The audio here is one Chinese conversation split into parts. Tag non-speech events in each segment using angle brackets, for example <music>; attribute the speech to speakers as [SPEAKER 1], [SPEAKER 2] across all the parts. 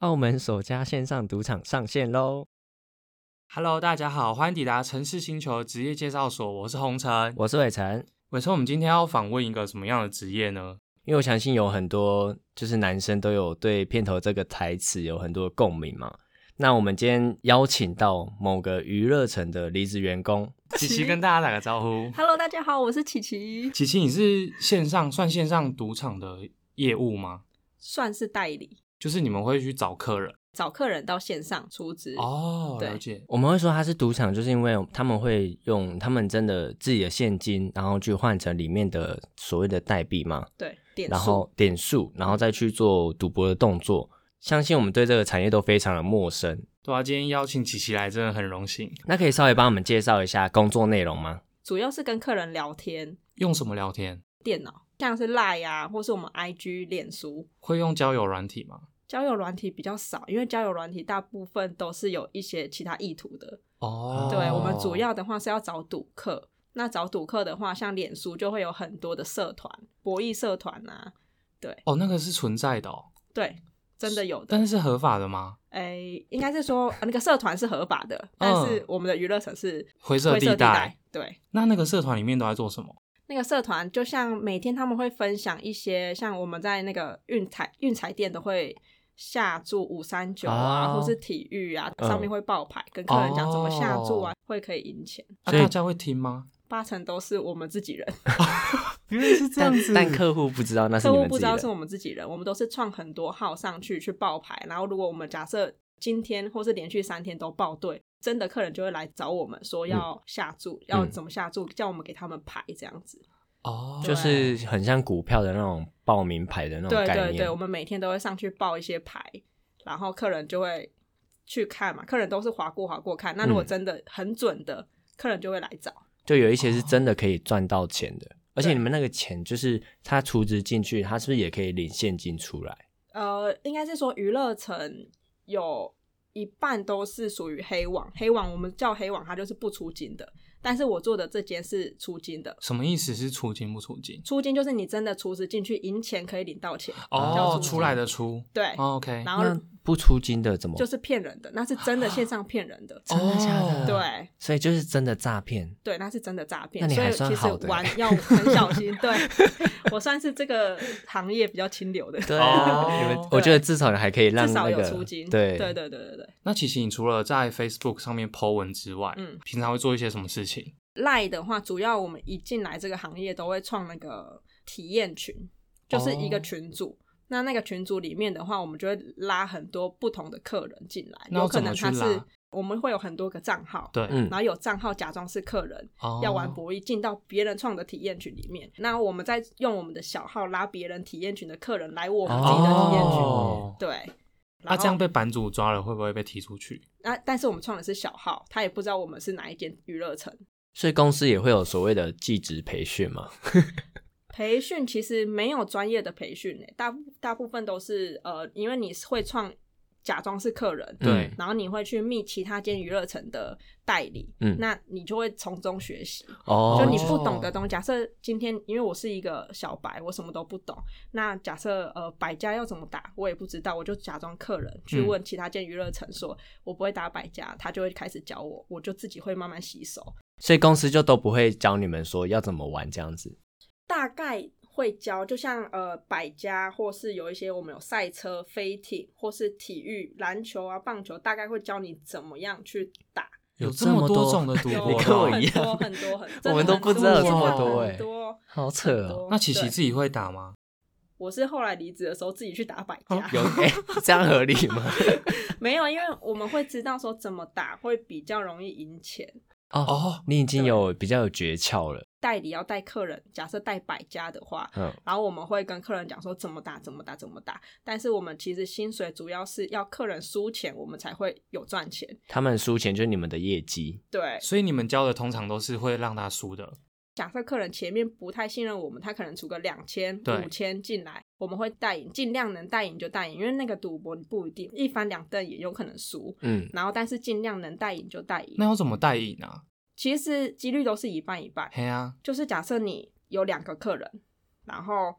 [SPEAKER 1] 澳门首家线上赌场上线喽！
[SPEAKER 2] Hello，大家好，欢迎抵达城市星球职业介绍所，我是红尘。
[SPEAKER 1] 我是伟成，
[SPEAKER 2] 伟成，我们今天要访问一个什么样的职业呢？
[SPEAKER 1] 因为我相信有很多就是男生都有对片头这个台词有很多的共鸣嘛。那我们今天邀请到某个娱乐城的离职员工，
[SPEAKER 2] 琪琪跟大家打个招
[SPEAKER 3] <laughs>
[SPEAKER 2] 呼。
[SPEAKER 3] Hello，大家好，我是琪琪，
[SPEAKER 2] 琪琪，你是线上算线上赌场的业务吗？
[SPEAKER 3] 算是代理，
[SPEAKER 2] 就是你们会去找客人
[SPEAKER 3] 找客人到线上出资。
[SPEAKER 2] 哦，
[SPEAKER 3] 对
[SPEAKER 2] 了解。
[SPEAKER 1] 我们会说它是赌场，就是因为他们会用他们真的自己的现金，然后去换成里面的所谓的代币嘛，
[SPEAKER 3] 对，点
[SPEAKER 1] 然
[SPEAKER 3] 数
[SPEAKER 1] 后点数，然后再去做赌博的动作。相信我们对这个产业都非常的陌生，
[SPEAKER 2] 对啊，今天邀请琪琪来真的很荣幸。
[SPEAKER 1] 那可以稍微帮我们介绍一下工作内容吗？
[SPEAKER 3] 主要是跟客人聊天，
[SPEAKER 2] 用什么聊天？
[SPEAKER 3] 电脑像是 Line 啊，或是我们 IG、脸书。
[SPEAKER 2] 会用交友软体吗？
[SPEAKER 3] 交友软体比较少，因为交友软体大部分都是有一些其他意图的。
[SPEAKER 2] 哦
[SPEAKER 3] 对我们主要的话是要找赌客，那找赌客的话，像脸书就会有很多的社团、博弈社团啊，
[SPEAKER 2] 哦，那个是存在的哦，
[SPEAKER 3] 对，真的有的。
[SPEAKER 2] 但是是合法的吗？
[SPEAKER 3] 哎、应该是说呃那个社团是合法的，但是我们的娱乐城是
[SPEAKER 2] 灰色
[SPEAKER 3] 灰
[SPEAKER 2] 地
[SPEAKER 3] 色地
[SPEAKER 2] 带
[SPEAKER 3] 带。。对，
[SPEAKER 2] 那那个社团里面都在做什么？
[SPEAKER 3] 那个社团就像每天他们会分享一些，像我们在那个运彩运彩店都会下注五三九啊，
[SPEAKER 1] 哦
[SPEAKER 3] 或是体育啊，
[SPEAKER 1] 嗯哦
[SPEAKER 3] 上面会爆牌，跟客人讲怎么下注啊，会可以赢钱。
[SPEAKER 2] 啊、
[SPEAKER 1] 所以
[SPEAKER 2] 大家会听吗？
[SPEAKER 3] 八成都是我们自己人，
[SPEAKER 2] 原来是这样子，
[SPEAKER 1] 但客户不知道那是
[SPEAKER 3] 客
[SPEAKER 1] 你
[SPEAKER 3] 户
[SPEAKER 1] 们
[SPEAKER 3] 不
[SPEAKER 1] 自
[SPEAKER 3] 知
[SPEAKER 1] 己
[SPEAKER 3] 道
[SPEAKER 1] 的。
[SPEAKER 3] 是我们自己人，我们都是创很多号上去去爆牌，然后如果我们假设今天或是连续三天都爆对，真的客人就会来找我们
[SPEAKER 1] 嗯
[SPEAKER 3] 说要下注，要怎么下注，叫我们给他们牌这样子。
[SPEAKER 2] 哦，
[SPEAKER 1] 就是很像股票的那种报名牌的那种
[SPEAKER 3] 啊对
[SPEAKER 1] 概念。
[SPEAKER 3] 对对，我们每天都会上去报一些牌，然后客人就会去看嘛，客人都是划过划过看。那如果
[SPEAKER 1] 嗯
[SPEAKER 3] 真的很准的，客人就会来找。
[SPEAKER 1] 就有一些是真的可以赚到钱的，而且
[SPEAKER 3] 哦对
[SPEAKER 1] 你们那个钱就是他储值进去，他是不是也可以领现金出来？
[SPEAKER 3] 呃，应该是说娱乐城有一半都是属于黑网，黑网我们叫黑网，它就是不出金的。但是我做的这间是出金的，
[SPEAKER 2] 什么意思？是出金不出金？
[SPEAKER 3] 出金就是你真的出资进去赢钱可以领到钱，
[SPEAKER 2] 哦
[SPEAKER 3] 叫，
[SPEAKER 2] 出来的出。
[SPEAKER 3] 对，
[SPEAKER 2] 哦 OK，
[SPEAKER 3] 然后
[SPEAKER 1] 那不出金的怎么？，
[SPEAKER 3] 就是骗人的，那是真的线上骗人的
[SPEAKER 1] 真的假的？
[SPEAKER 2] 哦
[SPEAKER 3] 对。
[SPEAKER 1] 所以就是真的诈骗。
[SPEAKER 3] 对，那是真的诈骗
[SPEAKER 1] 那，你
[SPEAKER 3] 所
[SPEAKER 1] 还
[SPEAKER 3] 以
[SPEAKER 1] 算
[SPEAKER 3] 其实
[SPEAKER 1] 好的
[SPEAKER 3] 玩要很小
[SPEAKER 1] <laughs>
[SPEAKER 3] 心。对我算是这个行业比较清流的，
[SPEAKER 1] 对
[SPEAKER 2] 啊
[SPEAKER 1] 你们
[SPEAKER 2] 对
[SPEAKER 1] 哦我觉得至少你还可以让
[SPEAKER 3] 至
[SPEAKER 1] 那
[SPEAKER 3] 少有
[SPEAKER 1] 个
[SPEAKER 3] 出金。
[SPEAKER 1] 对
[SPEAKER 3] 对对对对对。
[SPEAKER 2] 那琪琪，你除了在 Facebook 上面 po 文之外，
[SPEAKER 3] 嗯
[SPEAKER 2] 平常会做一些什么事情？
[SPEAKER 3] 赖的话，主要我们一进来这个行业都会创那个体验群，就是一
[SPEAKER 2] 哦
[SPEAKER 3] 个群组。那那个群组里面的话，我们就会拉很多不同的客人进来，
[SPEAKER 2] 那要
[SPEAKER 3] 有可
[SPEAKER 2] 怎么
[SPEAKER 3] 能
[SPEAKER 2] 去
[SPEAKER 3] 他是
[SPEAKER 2] 拉
[SPEAKER 3] 我们会有很多个账号，
[SPEAKER 2] 对，
[SPEAKER 1] 嗯
[SPEAKER 3] 然后有账号假装是客人，
[SPEAKER 2] 哦
[SPEAKER 3] 要玩博弈进到别人创的体验群里面，那我们再用我们的小号拉别人体验群的客人来我们自己的体验群，
[SPEAKER 2] 哦，
[SPEAKER 3] 对。
[SPEAKER 2] 那
[SPEAKER 3] 然后
[SPEAKER 2] 这样被版主抓了，会不会被踢出去？
[SPEAKER 3] 那但是我们创的是小号，他也不知道我们是哪一间娱乐城。
[SPEAKER 1] 所以公司也会有所谓的技职培训嘛？
[SPEAKER 3] 培训其实没有专业的培训诶、大大部分都是呃，因为你是会创假装是客人，
[SPEAKER 2] 对
[SPEAKER 3] 然后你会去觅其他间娱乐城的代理，
[SPEAKER 1] 嗯
[SPEAKER 3] 那你就会从中学习。
[SPEAKER 1] 哦，
[SPEAKER 3] 就你不懂的东西，假设今天因为我是一个小白，我什么都不懂。那假设呃百家要怎么打，我也不知道，我就假装客人去
[SPEAKER 2] 嗯
[SPEAKER 3] 问其他间娱乐城说，我不会打百家，他就会开始教我，我就自己会慢慢洗手，
[SPEAKER 1] 所以公司就都不会教你们说要怎么玩这样子。
[SPEAKER 3] 大概会教。就像呃百家，或是有一些我们有赛车、飞艇，或是体育、篮球啊、棒球，大概会教你怎么样去打。
[SPEAKER 2] 有
[SPEAKER 1] 这
[SPEAKER 2] 这么
[SPEAKER 1] 么
[SPEAKER 2] 多
[SPEAKER 1] 多
[SPEAKER 2] 种的赌
[SPEAKER 3] 有
[SPEAKER 2] 博
[SPEAKER 1] 你跟我
[SPEAKER 2] 啊
[SPEAKER 1] 一样
[SPEAKER 3] 很多很多很，真
[SPEAKER 1] <laughs>
[SPEAKER 3] 的
[SPEAKER 1] 我们都
[SPEAKER 3] 很
[SPEAKER 1] 不
[SPEAKER 3] 多
[SPEAKER 1] 知道有
[SPEAKER 3] 现
[SPEAKER 1] 这么
[SPEAKER 3] 在
[SPEAKER 1] 多
[SPEAKER 3] 很
[SPEAKER 1] 欸
[SPEAKER 3] 多
[SPEAKER 1] 好扯
[SPEAKER 3] 很
[SPEAKER 1] 哦
[SPEAKER 3] 多
[SPEAKER 2] 那琪琪
[SPEAKER 3] 对
[SPEAKER 2] 自己会打吗？
[SPEAKER 3] 我是后来离职的时候自己去打百
[SPEAKER 2] 哦
[SPEAKER 3] 家， <laughs>
[SPEAKER 1] 有
[SPEAKER 2] <laughs>
[SPEAKER 1] 哎、这样合理 <laughs> 吗？
[SPEAKER 3] 没有？因为我们会知道说怎么打会比较容易赢钱。
[SPEAKER 2] 哦，
[SPEAKER 1] 你已经有比较有诀窍了，
[SPEAKER 3] 代理要带客人，假设带百家的话，
[SPEAKER 1] 嗯，
[SPEAKER 3] 然后我们会跟客人讲说怎么打，怎么打，怎么打。但是我们其实薪水主要是要客人输钱，我们才会有赚钱。
[SPEAKER 1] 他们输钱就是你们的业绩，
[SPEAKER 3] 对，
[SPEAKER 2] 所以你们教的通常都是会让他输的。
[SPEAKER 3] 假设客人前面不太信任我们，他可能出个两千、
[SPEAKER 2] 对
[SPEAKER 3] 五千进来，我们会带赢，尽量能带赢就带赢，因为那个赌博你不一定一翻两瞪也有可能输。
[SPEAKER 1] 嗯，
[SPEAKER 3] 然后，但是尽量能带赢就带赢。
[SPEAKER 2] 那要怎么带赢啊？
[SPEAKER 3] 其实几率都是一半一半。
[SPEAKER 2] 嘿啊，
[SPEAKER 3] 就是假设你有两个客人，然后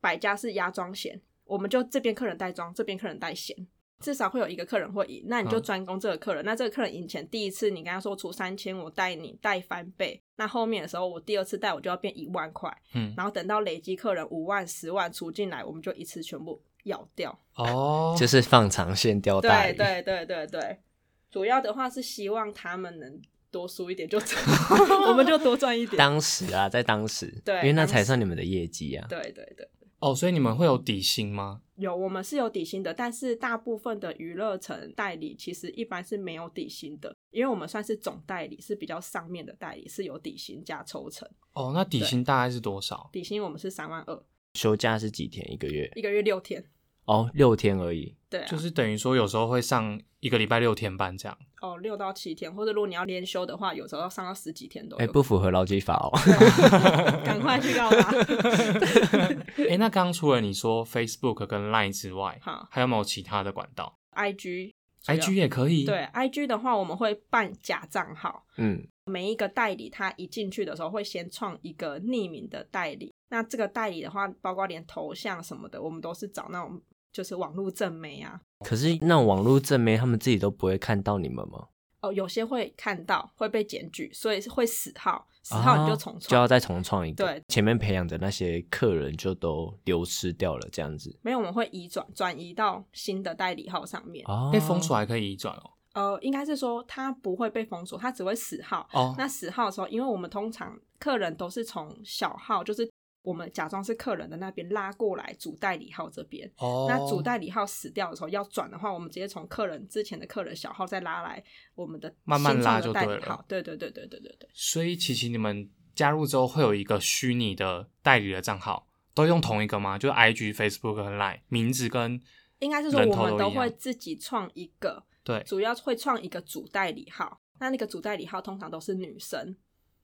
[SPEAKER 3] 百家是压庄闲，我们就这边客人带庄，这边客人带闲，至少会有一个客人会赢，那你就
[SPEAKER 2] 嗯
[SPEAKER 3] 专攻这个客人。那这个客人赢钱，第一次你跟他说出三千，我带你带翻倍，那后面的时候我第二次带我就要变一万块，
[SPEAKER 2] 嗯，
[SPEAKER 3] 然后等到累积客人五万、十万出进来，我们就一次全部咬掉。
[SPEAKER 2] 哦，
[SPEAKER 1] 就是放长线钓大
[SPEAKER 3] 对
[SPEAKER 1] 鱼。
[SPEAKER 3] 对对对对，主要的话是希望他们能多输一
[SPEAKER 2] <laughs>
[SPEAKER 3] 点，就我们就多赚一点。
[SPEAKER 1] 当时啊，在当时，
[SPEAKER 3] 对
[SPEAKER 1] 因为那
[SPEAKER 3] 当时
[SPEAKER 1] 才算你们的业绩啊。
[SPEAKER 3] 对对对，
[SPEAKER 2] 哦，所以你们会有底薪吗？
[SPEAKER 3] 有我们是有底薪的，但是大部分的娱乐城代理其实一般是没有底薪的，因为我们算是总代理，是比较上面的代理，是有底薪加抽成，
[SPEAKER 2] 哦，那底薪大概是多少？
[SPEAKER 3] 底薪我们是三万二，
[SPEAKER 1] 休假是几天？一个月？
[SPEAKER 3] 一个月六天。
[SPEAKER 1] 哦，六天而已。
[SPEAKER 3] 对、啊，
[SPEAKER 2] 就是等于说有时候会上一个礼拜六天班这样。
[SPEAKER 3] 哦，六到七天，或者如果你要连休的话，有时候要上到十几天都有。啊
[SPEAKER 1] 哎、不符合劳基法哦。
[SPEAKER 3] 赶快去告他。
[SPEAKER 2] <laughs> 哎、那刚刚除了你说 Facebook 跟 Line 之外
[SPEAKER 3] <laughs> 好，
[SPEAKER 2] 还有没有其他的管道
[SPEAKER 3] IG 主要
[SPEAKER 2] ？IG 也可以。
[SPEAKER 3] 对啊 IG 的话，我们会办假账号，
[SPEAKER 1] <laughs> 嗯，
[SPEAKER 3] 每一个代理他一进去的时候会先创一个匿名的代理。那这个代理的话，包括连头像什么的，我们都是找那种就是网络正媒啊。
[SPEAKER 1] 可是那网络正妹他们自己都不会看到你们吗？
[SPEAKER 3] 哦，有些会看到会被检举，所以是会死号，死号你就重
[SPEAKER 1] 啊
[SPEAKER 3] 创。
[SPEAKER 1] 就要再重创一个。
[SPEAKER 3] 对，
[SPEAKER 1] 前面培养的那些客人就都流失掉了，这样子。
[SPEAKER 3] 没有，我们会移转转移到新的代理号上面。
[SPEAKER 1] 哦，
[SPEAKER 2] 被封锁还可以移转哦。
[SPEAKER 3] 呃，应该是说它不会被封锁，它只会死号。
[SPEAKER 2] 哦，
[SPEAKER 3] 那十号的时候，因为我们通常客人都是从小号，就是我们假装是客人的那边拉过来主代理号这边。
[SPEAKER 2] 哦，
[SPEAKER 3] 那主代理号死掉的时候要转的话，我们直接从客人之前的客人小号再拉来我们的
[SPEAKER 2] 慢慢
[SPEAKER 3] 新创
[SPEAKER 2] 拉
[SPEAKER 3] 的
[SPEAKER 2] 就
[SPEAKER 3] 代
[SPEAKER 2] 对
[SPEAKER 3] 理
[SPEAKER 2] 了
[SPEAKER 3] 号。对对对对对对对，
[SPEAKER 2] 所以琪琪，你们加入之后会有一个虚拟的代理的账号，都用同一个吗？就是 IG、Facebook 和 Line，名字跟
[SPEAKER 3] 应该是说
[SPEAKER 2] 人
[SPEAKER 3] 我
[SPEAKER 2] 头
[SPEAKER 3] 们
[SPEAKER 2] 都
[SPEAKER 3] 都
[SPEAKER 2] 一样
[SPEAKER 3] 会自己创一个，
[SPEAKER 2] 对
[SPEAKER 3] 主要会创一个主代理号。那那个主代理号通常都是女生，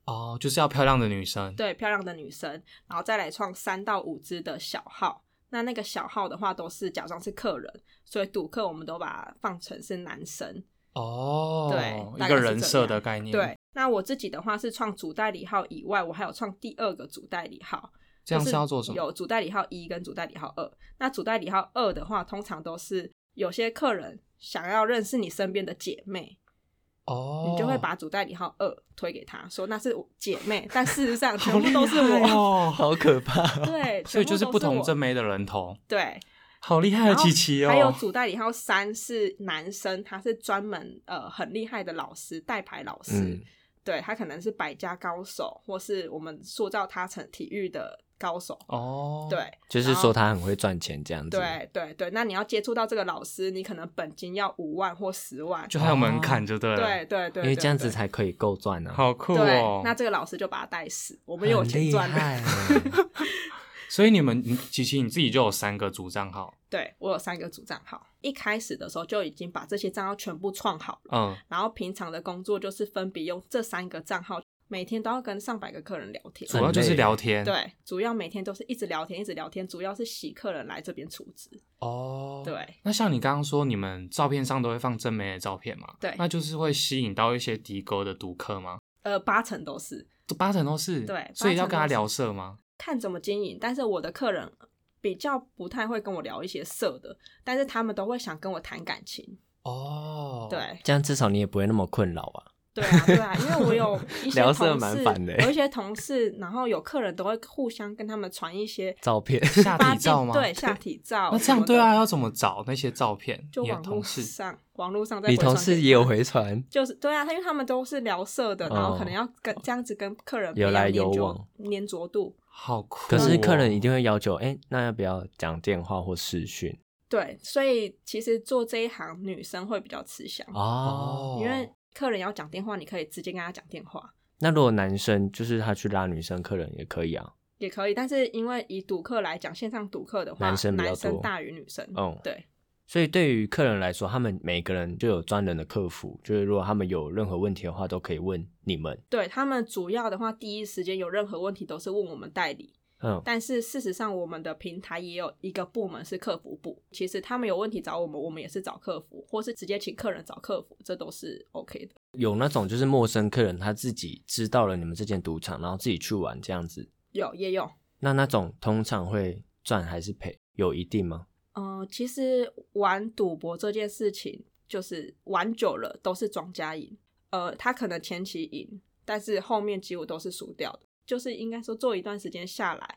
[SPEAKER 2] 哦，就是要漂亮的女生。
[SPEAKER 3] 对，漂亮的女生，然后再来创三到五只的小号。那那个小号的话，都是假装是客人，所以赌客我们都把它放成是男生。
[SPEAKER 2] 哦，
[SPEAKER 3] 对
[SPEAKER 2] 一
[SPEAKER 3] 大概
[SPEAKER 2] 个
[SPEAKER 3] 是这
[SPEAKER 2] 人设
[SPEAKER 3] 样
[SPEAKER 2] 的概念。
[SPEAKER 3] 对，，那我自己的话是创主代理号以外，我还有创第二个主代理号。
[SPEAKER 2] 这样
[SPEAKER 3] 就是
[SPEAKER 2] 要做什么？
[SPEAKER 3] 有主代理号一跟主代理号二。那主代理号二的话，通常都是有些客人想要认识你身边的姐妹，
[SPEAKER 2] 哦，
[SPEAKER 3] 你就会把主代理号二推给他，说那是我姐妹，但事
[SPEAKER 2] <laughs>
[SPEAKER 3] 实上
[SPEAKER 2] 好
[SPEAKER 3] 全部都是
[SPEAKER 2] 厉害
[SPEAKER 3] 我。
[SPEAKER 2] 哦。
[SPEAKER 1] 好可怕哦、
[SPEAKER 3] 对，
[SPEAKER 2] 所以
[SPEAKER 3] 全部
[SPEAKER 2] 就是
[SPEAKER 3] 都
[SPEAKER 2] 不同
[SPEAKER 3] 我
[SPEAKER 2] 正妹的人头，
[SPEAKER 3] 对，
[SPEAKER 2] 好厉害
[SPEAKER 3] 然
[SPEAKER 2] 的
[SPEAKER 3] 后
[SPEAKER 2] 琪琪哦。
[SPEAKER 3] 还有主代理号三是男生，他是专门呃很厉害的老师，代牌老师，
[SPEAKER 1] 嗯，
[SPEAKER 3] 对他可能是百家高手，或是我们塑造他成体育的高手。
[SPEAKER 2] 哦，
[SPEAKER 3] 对
[SPEAKER 1] 就是说他很会赚钱这样子。，
[SPEAKER 3] 对对对，那你要接触到这个老师，你可能本金要五万或十万，哦
[SPEAKER 2] 就还有门槛就对了。
[SPEAKER 3] 对对对对，
[SPEAKER 1] 因为这样子
[SPEAKER 3] 对
[SPEAKER 1] 才可以够赚呢、啊。
[SPEAKER 2] 好酷哦
[SPEAKER 3] 对。。那这个老师就把他带死，我
[SPEAKER 1] 我
[SPEAKER 3] 们有钱赚的。
[SPEAKER 2] 所以你们你琪琪你自己就有三个主账号，
[SPEAKER 3] <laughs> 对我有三个主账号，一开始的时候就已经把这些账号全部创好了。
[SPEAKER 2] 嗯，
[SPEAKER 3] 然后平常的工作就是分别用这三个账号，每天都要跟上百个客人聊天。
[SPEAKER 2] 主要就是聊天。，
[SPEAKER 3] 对，主要每天都是一直聊天，一直聊天，主要是洗客人来这边储值。
[SPEAKER 2] 哦，。
[SPEAKER 3] 对，
[SPEAKER 2] 那像你刚刚说，你们照片上都会放正妹的照片嘛？
[SPEAKER 3] 对
[SPEAKER 2] 那就是会吸引到一些的哥的读客吗？
[SPEAKER 3] 呃，八成都是
[SPEAKER 2] 都八成都是，
[SPEAKER 3] 对
[SPEAKER 2] 所以要跟他
[SPEAKER 3] 八成都是
[SPEAKER 2] 聊色吗？
[SPEAKER 3] 看怎么经营，但是我的客人比较不太会跟我聊一些色的，但是他们都会想跟我谈感情。
[SPEAKER 2] 哦，，
[SPEAKER 3] 对，
[SPEAKER 1] 这样至少你也不会那么困扰啊。
[SPEAKER 3] 对啊，对啊，因为我有一些
[SPEAKER 1] 聊
[SPEAKER 3] 同
[SPEAKER 1] 色
[SPEAKER 3] 事，
[SPEAKER 1] 蛮烦的欸
[SPEAKER 3] 有一些同事，然后有客人都会互相跟他们传一些
[SPEAKER 1] 照片
[SPEAKER 2] 下
[SPEAKER 3] 八
[SPEAKER 2] 体
[SPEAKER 3] 戒
[SPEAKER 2] 照吗？
[SPEAKER 3] 对，下。体照。
[SPEAKER 2] 那这样对啊，，要怎么找那些照片？
[SPEAKER 3] 就
[SPEAKER 2] 你的
[SPEAKER 3] 网络
[SPEAKER 2] 同事
[SPEAKER 3] 上，网络上在
[SPEAKER 1] 你同事也有，回传，
[SPEAKER 3] 就是对啊，他因为他们都是聊色的，然后
[SPEAKER 1] 哦
[SPEAKER 3] 可能要跟这样子跟客人
[SPEAKER 1] 有
[SPEAKER 3] 培养
[SPEAKER 1] 来
[SPEAKER 3] 粘
[SPEAKER 1] 有
[SPEAKER 3] 着
[SPEAKER 1] 往
[SPEAKER 3] 粘着度。
[SPEAKER 2] 好酷哦。
[SPEAKER 1] 可是客人一定会要求，哎、那要不要讲电话或视讯？
[SPEAKER 3] 对，所以其实做这一行女生会比较吃香，
[SPEAKER 1] 哦，
[SPEAKER 2] 哦，
[SPEAKER 3] 因为客人要讲电话，你可以直接跟他讲电话
[SPEAKER 1] 那如果男生就是他去拉女生客人也可以啊。
[SPEAKER 3] 也可以，但是因为以赌客来讲，线上赌客的话，
[SPEAKER 1] 男生比较多
[SPEAKER 3] 大于女生。
[SPEAKER 1] 嗯
[SPEAKER 3] 对，
[SPEAKER 1] 所以对于客人来说，他们每个人就有专人的客服，就是如果他们有任何问题的话，都可以问你们。
[SPEAKER 3] 对他们主要的话，第一时间有任何问题都是问我们代理，
[SPEAKER 1] 嗯，
[SPEAKER 3] 但是事实上我们的平台也有一个部门是客服部，其实他们有问题找我们，我们也是找客服，或是直接请客人找客服，这都是 OK 的。
[SPEAKER 1] 有那种就是陌生客人他自己知道了你们这间赌场，然后自己去玩这样子，
[SPEAKER 3] 有也有，
[SPEAKER 1] 那那种通常会赚还是赔？有一定吗？
[SPEAKER 3] 呃，其实玩赌博这件事情，就是玩久了都是庄家赢。呃，他可能前期赢，但是后面几乎都是输掉的。就是应该说做一段时间下来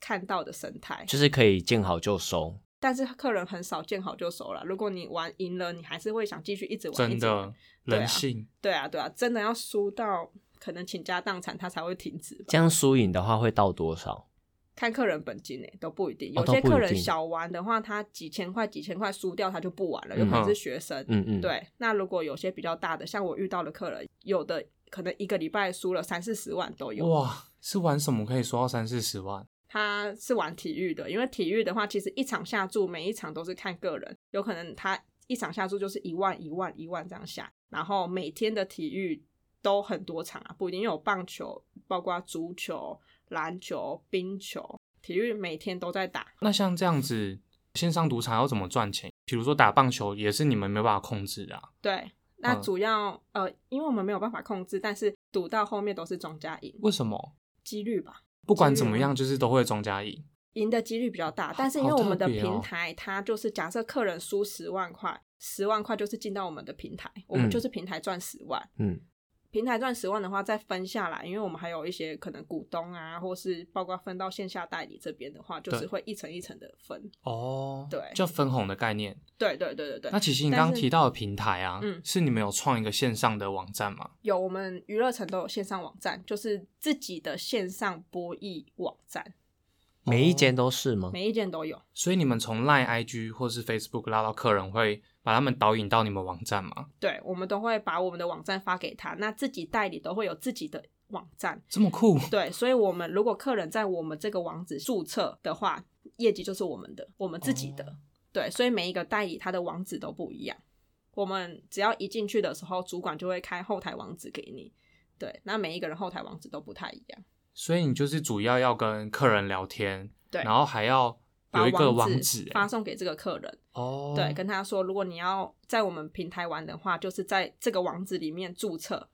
[SPEAKER 3] 看到的生态，
[SPEAKER 1] 就是可以见好就收。
[SPEAKER 3] 但是客人很少见好就收了。如果你玩赢了，你还是会想继续一直玩，一
[SPEAKER 2] 真
[SPEAKER 3] 直玩
[SPEAKER 2] 的
[SPEAKER 3] 对啊
[SPEAKER 2] 人性，
[SPEAKER 3] 对啊，对啊，真的要输到可能倾家荡产，他才会停止吧。
[SPEAKER 1] 这样输赢的话会到多少？
[SPEAKER 3] 看客人本金诶、欸都不一定。
[SPEAKER 1] 哦
[SPEAKER 3] 有
[SPEAKER 1] 都
[SPEAKER 3] 些
[SPEAKER 1] 不一
[SPEAKER 3] 客人
[SPEAKER 1] 定
[SPEAKER 3] 小玩的话，他几千块、几千块输掉，他就不玩了，有
[SPEAKER 1] 嗯
[SPEAKER 3] 可能是学生。
[SPEAKER 1] 嗯嗯，，
[SPEAKER 3] 对，那如果有些比较大的，像我遇到的客人，有的可能一个礼拜输了三四十万都有。
[SPEAKER 2] 哇，是玩什么可以输到三四十万？
[SPEAKER 3] 他是玩体育的，因为体育的话，其实一场下注，每一场都是看个人，有可能他一场下注就是一万、一万、一万这样下，然后每天的体育都很多场啊，不一定有棒球，包括足球、篮球、冰球，体育每天都在打。
[SPEAKER 2] 那像这样子，线上赌场要怎么赚钱？比如说打棒球，也是你们没办法控制的、啊。
[SPEAKER 3] 对，那
[SPEAKER 2] 嗯
[SPEAKER 3] 主要、呃，因为我们没有办法控制，但是赌到后面都是庄家赢，
[SPEAKER 2] 为什么？
[SPEAKER 3] 几率吧。
[SPEAKER 2] 不管怎
[SPEAKER 3] 啊
[SPEAKER 2] 么样，就是都会庄家
[SPEAKER 3] 哦
[SPEAKER 2] 赢。
[SPEAKER 3] 赢的几率比较大
[SPEAKER 2] 好，
[SPEAKER 3] 但是因为
[SPEAKER 2] 好
[SPEAKER 3] 我
[SPEAKER 2] 特
[SPEAKER 3] 们的
[SPEAKER 2] 别哦
[SPEAKER 3] 平台，它就是假设客人输十万块，十万块就是进到我们的平台，我们
[SPEAKER 1] 嗯
[SPEAKER 3] 就是平台赚十万。
[SPEAKER 1] 嗯，
[SPEAKER 3] 平台赚十万的话，再分下来，因为我们还有一些可能股东啊，或是包括分到线下代理这边的话，就是
[SPEAKER 2] 对
[SPEAKER 3] 会一层一层的分。
[SPEAKER 2] 哦，
[SPEAKER 3] 对
[SPEAKER 2] 叫分红的概念。
[SPEAKER 3] 对对对对
[SPEAKER 2] 那
[SPEAKER 3] 对，
[SPEAKER 2] 其实你
[SPEAKER 3] 但
[SPEAKER 2] 刚刚
[SPEAKER 3] 是
[SPEAKER 2] 提到的平台啊，
[SPEAKER 3] 嗯
[SPEAKER 2] 是你们有创一个线上的网站吗？
[SPEAKER 3] 有我们娱乐城都有线上网站，就是自己的线上博弈网站，
[SPEAKER 1] 每一间都是吗？ <laughs>
[SPEAKER 3] 每一件都有。
[SPEAKER 2] 所以你们从 Line、IG 或是 Facebook 拉到客人，会把他们导引到你们网站吗？
[SPEAKER 3] 对，我们都会把我们的网站发给他，那自己代理都会有自己的网站。
[SPEAKER 2] 这么酷，
[SPEAKER 3] 对，所以我们如果客人在我们这个网址注册的话，业绩就是我们的，我们自己的。
[SPEAKER 2] 哦
[SPEAKER 3] 对，所以每一个代理他的网址都不一样。我们只要一进去的时候，主管就会开后台网址给你。对，那每一个人后台网址都不太一样。
[SPEAKER 2] 所以你就是主要要跟客人聊天，
[SPEAKER 3] 对
[SPEAKER 2] 然后还要
[SPEAKER 3] 把
[SPEAKER 2] 有一个
[SPEAKER 3] 网
[SPEAKER 2] 网
[SPEAKER 3] 址
[SPEAKER 2] 址
[SPEAKER 3] 发
[SPEAKER 2] 欸
[SPEAKER 3] 送给这个客人，
[SPEAKER 2] 哦，
[SPEAKER 3] 对，跟他说，如果你要在我们平台玩的话，就是在这个网址里面注册。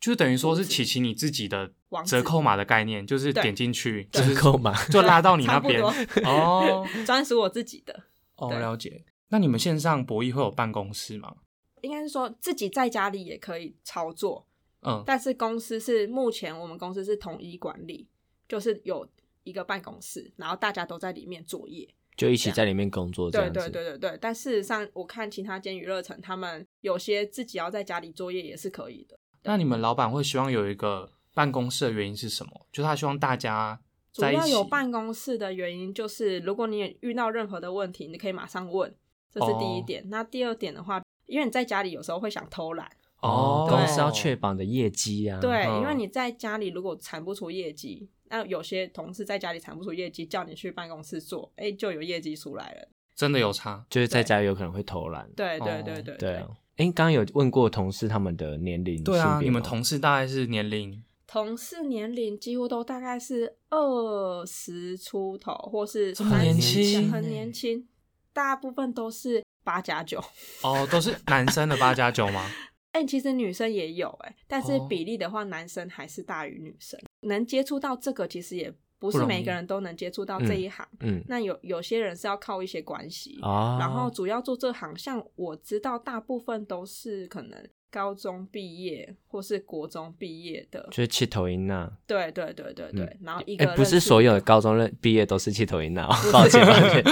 [SPEAKER 2] 就等于说是
[SPEAKER 3] 网址
[SPEAKER 2] 琪琪你自己的
[SPEAKER 3] 网址
[SPEAKER 2] 折扣码的概念，就是
[SPEAKER 3] 对
[SPEAKER 2] 点进去就
[SPEAKER 1] 折
[SPEAKER 2] 是
[SPEAKER 1] 扣吗？
[SPEAKER 2] 就拉
[SPEAKER 3] <laughs>
[SPEAKER 2] 到你
[SPEAKER 3] 差
[SPEAKER 2] 那
[SPEAKER 3] 不
[SPEAKER 2] 边
[SPEAKER 3] 多 <laughs>
[SPEAKER 2] 哦
[SPEAKER 3] 专属我自己的，
[SPEAKER 2] 哦，
[SPEAKER 3] 对
[SPEAKER 2] 了解。那你们线上博弈会有办公室吗？
[SPEAKER 3] 应该是说自己在家里也可以操作，
[SPEAKER 2] 嗯，
[SPEAKER 3] 但是公司是目前我们公司是统一管理，就是有一个办公室，然后大家都在里面作业。
[SPEAKER 1] 就一起在里面工作这
[SPEAKER 3] 对
[SPEAKER 1] 样子。
[SPEAKER 3] 对对对对。但事实上，我看其他间娱乐城，他们有些自己要在家里作业也是可以的，
[SPEAKER 2] 那你们老板会希望有一个办公室的原因是什么？就他希望大家
[SPEAKER 3] 主
[SPEAKER 2] 在一
[SPEAKER 3] 要
[SPEAKER 2] 起，
[SPEAKER 3] 有办公室的原因就是，如果你也遇到任何的问题，你可以马上问，这是第一
[SPEAKER 2] 哦
[SPEAKER 3] 点。那第二点的话，因为你在家里有时候会想偷懒，
[SPEAKER 1] 哦
[SPEAKER 2] 哦，
[SPEAKER 1] 公司要确保你的业绩啊。
[SPEAKER 3] 对，
[SPEAKER 2] 嗯
[SPEAKER 3] 因为你在家里如果产不出业绩，那有些同事在家里产不出业绩，叫你去办公室做，哎，就有业绩出来了。
[SPEAKER 2] 真的有差
[SPEAKER 1] 就是在家有可能会偷懒。
[SPEAKER 3] 对对
[SPEAKER 2] 哦
[SPEAKER 3] 对对
[SPEAKER 1] 对啊。哎，刚刚有问过同事他们的年龄，
[SPEAKER 2] 对啊
[SPEAKER 1] 性，别
[SPEAKER 2] 你们
[SPEAKER 1] 吗
[SPEAKER 2] 同事大概是年龄
[SPEAKER 3] 同事年龄几乎都大概是二十出头，或是
[SPEAKER 2] 这么年
[SPEAKER 3] 30
[SPEAKER 2] 轻欸
[SPEAKER 3] 很年轻，大部分都是八加九。
[SPEAKER 2] 哦，都是男生的八加九吗？
[SPEAKER 3] 哎、其实女生也有哎、但是
[SPEAKER 2] 哦
[SPEAKER 3] 比例的话，男生还是大于女生。能接触到这个，其实也不
[SPEAKER 2] 不
[SPEAKER 3] 是
[SPEAKER 2] 容易
[SPEAKER 3] 每个人都能接触到这一行。
[SPEAKER 1] 嗯
[SPEAKER 3] 那有有些人是要靠一些关系，
[SPEAKER 2] 哦
[SPEAKER 1] 啊，
[SPEAKER 3] 然后主要做这行，像我知道大部分都是可能高中毕业或是国中毕业的
[SPEAKER 1] 就是气头音呐。
[SPEAKER 3] 对对对对对，
[SPEAKER 1] 嗯
[SPEAKER 3] 然后一
[SPEAKER 1] 哎
[SPEAKER 3] 个、
[SPEAKER 1] 不是所有的高中认毕业都是气头音呐，
[SPEAKER 3] <laughs>
[SPEAKER 1] 抱歉抱歉，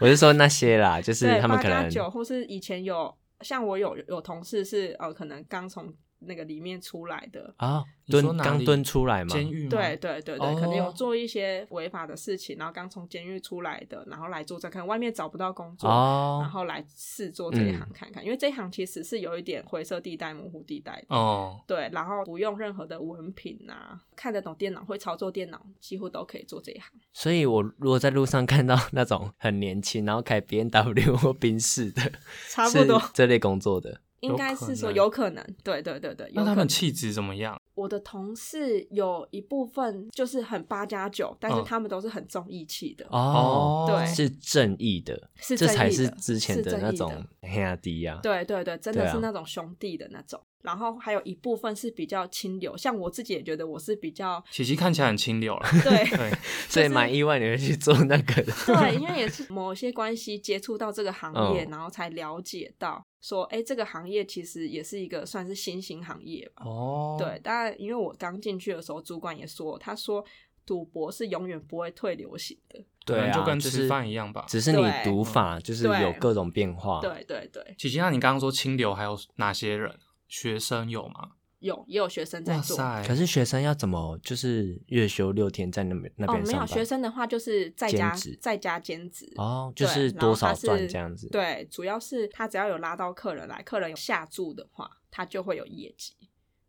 [SPEAKER 1] 我是说那些啦，就是
[SPEAKER 3] 对
[SPEAKER 1] 他们
[SPEAKER 3] 八
[SPEAKER 1] 可
[SPEAKER 3] 加
[SPEAKER 1] 能
[SPEAKER 3] 九，或是以前有像我有有同事是呃，可能刚从那个里面出来的，
[SPEAKER 1] 啊
[SPEAKER 2] 你说
[SPEAKER 1] 蹲
[SPEAKER 2] 哪
[SPEAKER 1] 刚
[SPEAKER 2] 里
[SPEAKER 1] 蹲出来嘛，
[SPEAKER 2] 监狱吗
[SPEAKER 3] 对，对对对，可能有
[SPEAKER 2] 哦
[SPEAKER 3] 做一些违法的事情，然后刚从监狱出来的，然后来做这，可能外面找不到工作。然
[SPEAKER 1] 哦，
[SPEAKER 3] 后来试做这一行
[SPEAKER 1] 嗯
[SPEAKER 3] 看看，因为这一行其实是有一点灰色地带、模糊地带的。
[SPEAKER 2] 哦，
[SPEAKER 3] 对，然后不用任何的文凭啊，看得懂电脑、会操作电脑，几乎都可以做这一行。
[SPEAKER 1] 所以我如果在路上看到那种很年轻，然后开 B N W 或宾士的，
[SPEAKER 3] 差不多
[SPEAKER 1] 是这类工作的，
[SPEAKER 3] 应该是说
[SPEAKER 2] 有
[SPEAKER 3] 有可能，对对对对。有
[SPEAKER 2] 那
[SPEAKER 3] 可
[SPEAKER 2] 他们
[SPEAKER 3] 能
[SPEAKER 2] 气质怎么样？
[SPEAKER 3] 我的同事有一部分就是很八加九，但是
[SPEAKER 2] 嗯
[SPEAKER 3] 他们都是很重义气的，
[SPEAKER 1] 哦，
[SPEAKER 3] 对
[SPEAKER 1] 是正义的，
[SPEAKER 3] 是
[SPEAKER 1] 这
[SPEAKER 3] 正义
[SPEAKER 1] 才是
[SPEAKER 3] 的
[SPEAKER 1] 之前
[SPEAKER 3] 是正
[SPEAKER 1] 那
[SPEAKER 3] 义
[SPEAKER 1] 种
[SPEAKER 3] 的
[SPEAKER 1] 黑亚迪呀，
[SPEAKER 3] 对对对，真
[SPEAKER 1] 对
[SPEAKER 3] 的
[SPEAKER 1] 啊
[SPEAKER 3] 是那种兄弟的那种。然后还有一部分是比较清流，像我自己也觉得我是
[SPEAKER 1] <laughs>
[SPEAKER 3] 比较
[SPEAKER 2] 琪琪看起来很清流了，
[SPEAKER 3] 对
[SPEAKER 2] 对，
[SPEAKER 1] 所以蛮意外你会去做那个的。
[SPEAKER 3] <laughs>
[SPEAKER 1] <laughs>
[SPEAKER 3] 对，因为也是某些关系接触到这个行业，
[SPEAKER 1] 嗯
[SPEAKER 3] 然后才了解到说，哎，这个行业其实也是一个算是新兴行业吧。
[SPEAKER 2] 哦，
[SPEAKER 3] 对，，当然，因为我刚进去的时候，主管也说，他说赌博是永远不会退流行的。
[SPEAKER 2] 可
[SPEAKER 1] 对
[SPEAKER 2] 能
[SPEAKER 1] 啊，
[SPEAKER 2] 就跟
[SPEAKER 1] 是
[SPEAKER 2] 吃饭一样吧
[SPEAKER 1] 只是你
[SPEAKER 3] 对
[SPEAKER 1] 读法就是有
[SPEAKER 3] 对
[SPEAKER 1] 各种变化。
[SPEAKER 3] 对对对，
[SPEAKER 2] 琪琪，那你刚刚说清流还有哪些人？学生有吗？
[SPEAKER 3] 有也有学生在
[SPEAKER 2] 哇
[SPEAKER 3] 做。
[SPEAKER 2] 塞，
[SPEAKER 1] 可是学生要怎么就是月休六天在那边那
[SPEAKER 3] 哦，
[SPEAKER 1] 边
[SPEAKER 3] 没
[SPEAKER 1] 上
[SPEAKER 3] 有
[SPEAKER 1] 班？
[SPEAKER 3] 学生的话就是在家
[SPEAKER 1] 兼职
[SPEAKER 3] 在家兼职。
[SPEAKER 1] 哦，就
[SPEAKER 3] 对
[SPEAKER 1] 是
[SPEAKER 3] 然
[SPEAKER 1] 多
[SPEAKER 3] 后
[SPEAKER 1] 少
[SPEAKER 3] 他是
[SPEAKER 1] 赚这样子。，
[SPEAKER 3] 对，主要是他只要有拉到客人来，客人有下注的话，他就会有业绩。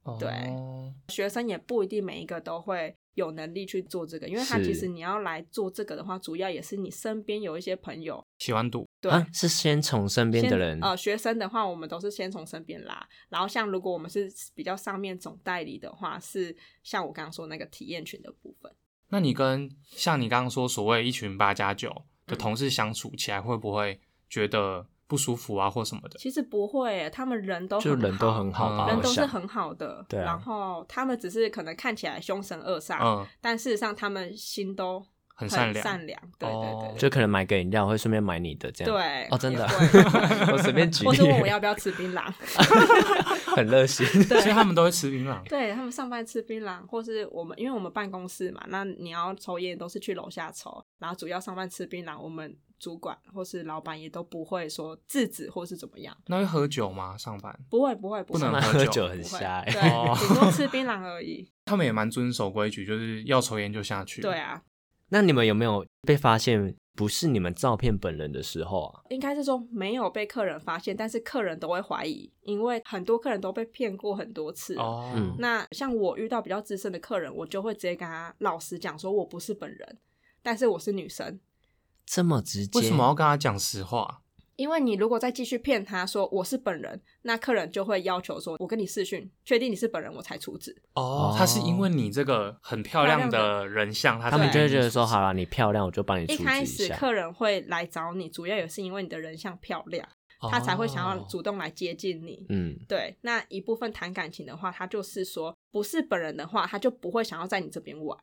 [SPEAKER 2] 哦
[SPEAKER 3] 对学生也不一定每一个都会有能力去做这个，因为他
[SPEAKER 1] 是
[SPEAKER 3] 其实你要来做这个的话，主要也是你身边有一些朋友。
[SPEAKER 2] 喜欢赌，
[SPEAKER 3] 对，
[SPEAKER 1] 啊，是先从身边的
[SPEAKER 3] 先
[SPEAKER 1] 人
[SPEAKER 3] 呃，学生的话，我们都是先从身边拉，然后像如果我们是比较上面总代理的话，是像我刚刚说那个体验群的部分。
[SPEAKER 2] 那你跟像你刚刚说所谓一群八加九的
[SPEAKER 3] 嗯
[SPEAKER 2] 同事相处起来，会不会觉得不舒服啊，或什么的？
[SPEAKER 3] 其实不会耶，他们人都
[SPEAKER 1] 就人都很好吧，
[SPEAKER 2] 嗯
[SPEAKER 3] 人
[SPEAKER 1] 我
[SPEAKER 3] 都是
[SPEAKER 1] 想
[SPEAKER 3] 很好的，
[SPEAKER 1] 对啊
[SPEAKER 3] 然后他们只是可能看起来凶神恶煞，
[SPEAKER 2] 嗯，
[SPEAKER 3] 但事实上他们心都
[SPEAKER 2] 很善
[SPEAKER 3] 善
[SPEAKER 2] 良
[SPEAKER 3] 对对
[SPEAKER 2] 哦
[SPEAKER 3] 对对
[SPEAKER 1] 就可能买个饮料会顺便买你的这样。
[SPEAKER 3] 对
[SPEAKER 1] 哦，真的啊，
[SPEAKER 3] 也
[SPEAKER 1] <laughs>
[SPEAKER 3] 会
[SPEAKER 1] 我随便举
[SPEAKER 3] 或
[SPEAKER 1] 例
[SPEAKER 3] 是，问我要不要吃槟榔，
[SPEAKER 1] <laughs>
[SPEAKER 3] <laughs>
[SPEAKER 1] 很热心。
[SPEAKER 2] <laughs> 所以他们都会吃槟榔。
[SPEAKER 3] 对他们上班吃槟榔，或是我们因为我们办公室嘛，那你要抽烟都是去楼下抽，然后主要上班吃槟榔，我们主管或是老板也都不会说制止或是怎么样，
[SPEAKER 2] 那会喝酒吗？上班
[SPEAKER 3] 不会不会不
[SPEAKER 2] 不能
[SPEAKER 3] 会
[SPEAKER 1] 他们
[SPEAKER 2] 喝
[SPEAKER 1] 喝
[SPEAKER 2] 酒
[SPEAKER 1] 酒
[SPEAKER 3] 不
[SPEAKER 1] 很
[SPEAKER 3] 会
[SPEAKER 1] 瞎欸，
[SPEAKER 2] 哦
[SPEAKER 3] 对，顶多吃槟榔而已。
[SPEAKER 2] 他们也蛮遵守规矩，就是要抽烟就下去。
[SPEAKER 3] 对，啊，
[SPEAKER 1] <laughs> 那你们有没有被发现不是你们照片本人的时候啊？
[SPEAKER 3] 应该是说没有被客人发现，但是客人都会怀疑，因为很多客人都被骗过很多次了。
[SPEAKER 2] 哦，
[SPEAKER 1] 嗯
[SPEAKER 3] 那像我遇到比较资深的客人，我就会直接跟他老实讲说，我不是本人，但是我是女生。
[SPEAKER 1] 这么直接？
[SPEAKER 2] 为什么要跟他讲实话？
[SPEAKER 3] 因为你如果再继续骗他说我是本人，那客人就会要求说，我跟你视讯，确定你是本人我才处置。
[SPEAKER 2] 哦
[SPEAKER 1] 哦，
[SPEAKER 2] 他是因为你这个很漂亮的人像，他
[SPEAKER 1] 他们
[SPEAKER 2] 才
[SPEAKER 1] 就会
[SPEAKER 2] 跟你
[SPEAKER 1] 觉得说，
[SPEAKER 2] 出事
[SPEAKER 1] 好了，你漂亮，我就帮你
[SPEAKER 3] 一
[SPEAKER 1] 处置
[SPEAKER 3] 开始
[SPEAKER 1] 下。
[SPEAKER 3] 客人会来找你，主要也是因为你的人像漂亮，他才会想要
[SPEAKER 2] 哦
[SPEAKER 3] 主动来接近你。
[SPEAKER 1] 嗯，
[SPEAKER 3] 对，那一部分谈感情的话，他就是说不是本人的话，他就不会想要在你这边玩。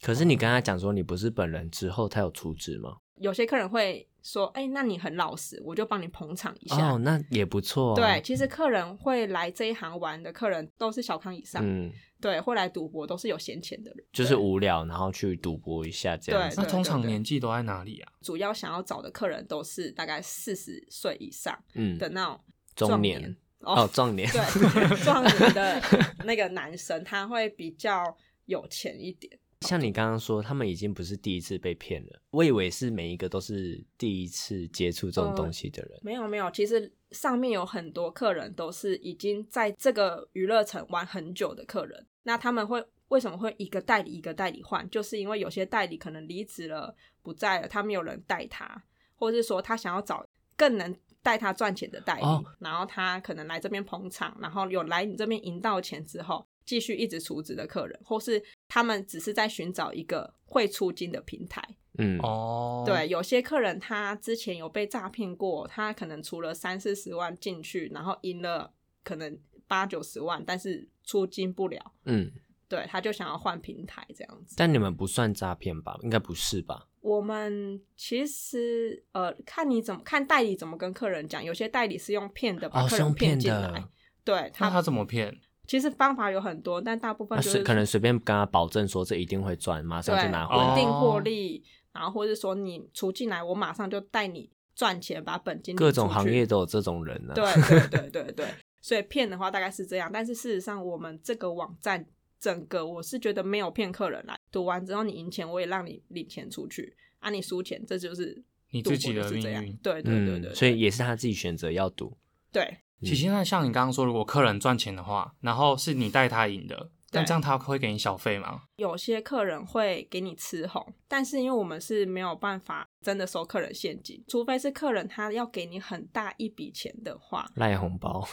[SPEAKER 1] 可是你跟他讲说你不是本人之后，他有处置吗？
[SPEAKER 3] 有些客人会说：“哎、那你很老实，我就帮你捧场一下。
[SPEAKER 1] 哦，那也不错、啊。
[SPEAKER 3] 对，，其实客人会来这一行玩的客人都是小康以上，
[SPEAKER 1] 嗯，
[SPEAKER 3] 对，会来赌博都是有闲钱的人，
[SPEAKER 1] 就是无聊，然后去赌博一下这样
[SPEAKER 3] 对
[SPEAKER 1] 子
[SPEAKER 2] 那。通常
[SPEAKER 3] 对
[SPEAKER 2] 年纪都在哪里啊？
[SPEAKER 3] 主要想要找的客人都是大概四十岁以上
[SPEAKER 1] 嗯，
[SPEAKER 3] 的那种
[SPEAKER 1] 中
[SPEAKER 3] 壮
[SPEAKER 1] 年
[SPEAKER 3] 年
[SPEAKER 1] 哦，壮年。
[SPEAKER 3] 对壮年的那个男生，他会比较有钱一点。
[SPEAKER 1] <laughs> 像你刚刚说，他们已经不是第一次被骗了，我以为是每一个都是第一次接触这种
[SPEAKER 3] 呃
[SPEAKER 1] 东西的人。
[SPEAKER 3] 没有没有，其实上面有很多客人都是已经在这个娱乐城玩很久的客人，那他们会为什么会一个代理一个代理换？就是因为有些代理可能离职了不在了，他没有人带他，或是说他想要找更能。带他赚钱的代理，
[SPEAKER 1] 哦
[SPEAKER 3] 然后他可能来这边捧场，然后有来你这边赢到钱之后，继续一直储值的客人，或是他们只是在寻找一个会出金的平台，
[SPEAKER 1] 嗯，
[SPEAKER 2] 哦，
[SPEAKER 3] 对，，有些客人他之前有被诈骗过，他可能除了三四十万进去，然后赢了可能八九十万，但是出金不了，
[SPEAKER 1] 嗯，
[SPEAKER 3] 对，他就想要换平台这样子。
[SPEAKER 1] 但你们不算诈骗吧？应该不是吧？
[SPEAKER 3] 我们其实呃，看你怎么看代理怎么跟客人讲，有些代理是用骗的把
[SPEAKER 1] 哦，
[SPEAKER 3] 客
[SPEAKER 1] 是
[SPEAKER 3] 人
[SPEAKER 1] 用骗
[SPEAKER 3] 进
[SPEAKER 1] 的
[SPEAKER 3] 来，，对
[SPEAKER 2] 那他
[SPEAKER 3] 他
[SPEAKER 2] 怎么骗？
[SPEAKER 3] 其实方法有很多，但大部分
[SPEAKER 1] 那
[SPEAKER 3] 就
[SPEAKER 1] 啊
[SPEAKER 3] 是
[SPEAKER 1] 随可能随便跟他保证说这一定会赚，马
[SPEAKER 3] 对
[SPEAKER 1] 上就拿回
[SPEAKER 3] 稳
[SPEAKER 1] 来。
[SPEAKER 3] 定获
[SPEAKER 2] 哦
[SPEAKER 3] 利，然后或者说你出进来，我马上就带你赚钱，把本金领
[SPEAKER 1] 各种
[SPEAKER 3] 出
[SPEAKER 1] 行
[SPEAKER 3] 去
[SPEAKER 1] 业都有这种人 <laughs> 呢、
[SPEAKER 3] 对对对对对，所以骗的话大概是这样，但是事实上我们这个网站整个我是觉得没有骗客人啦，赌完之后你赢钱，我也让你领钱出去，啊你输钱，这就是
[SPEAKER 2] 你
[SPEAKER 3] 赌
[SPEAKER 2] 自己
[SPEAKER 3] 博
[SPEAKER 2] 的
[SPEAKER 3] 就是这
[SPEAKER 2] 命
[SPEAKER 3] 样
[SPEAKER 2] 运。
[SPEAKER 3] 对对对
[SPEAKER 1] 嗯，
[SPEAKER 3] 对，
[SPEAKER 1] 所以也是他自己选择要赌。
[SPEAKER 3] 对
[SPEAKER 1] 嗯
[SPEAKER 2] 其实那像你刚刚说，如果客人赚钱的话，然后是你带他赢的，那
[SPEAKER 3] 对
[SPEAKER 2] 这样他会给你小费吗？
[SPEAKER 3] 有些客人会给你吃红，但是因为我们是没有办法真的收客人现金，除非是客人他要给你很大一笔钱
[SPEAKER 2] <laughs>
[SPEAKER 3] 的话，
[SPEAKER 1] 赖红包，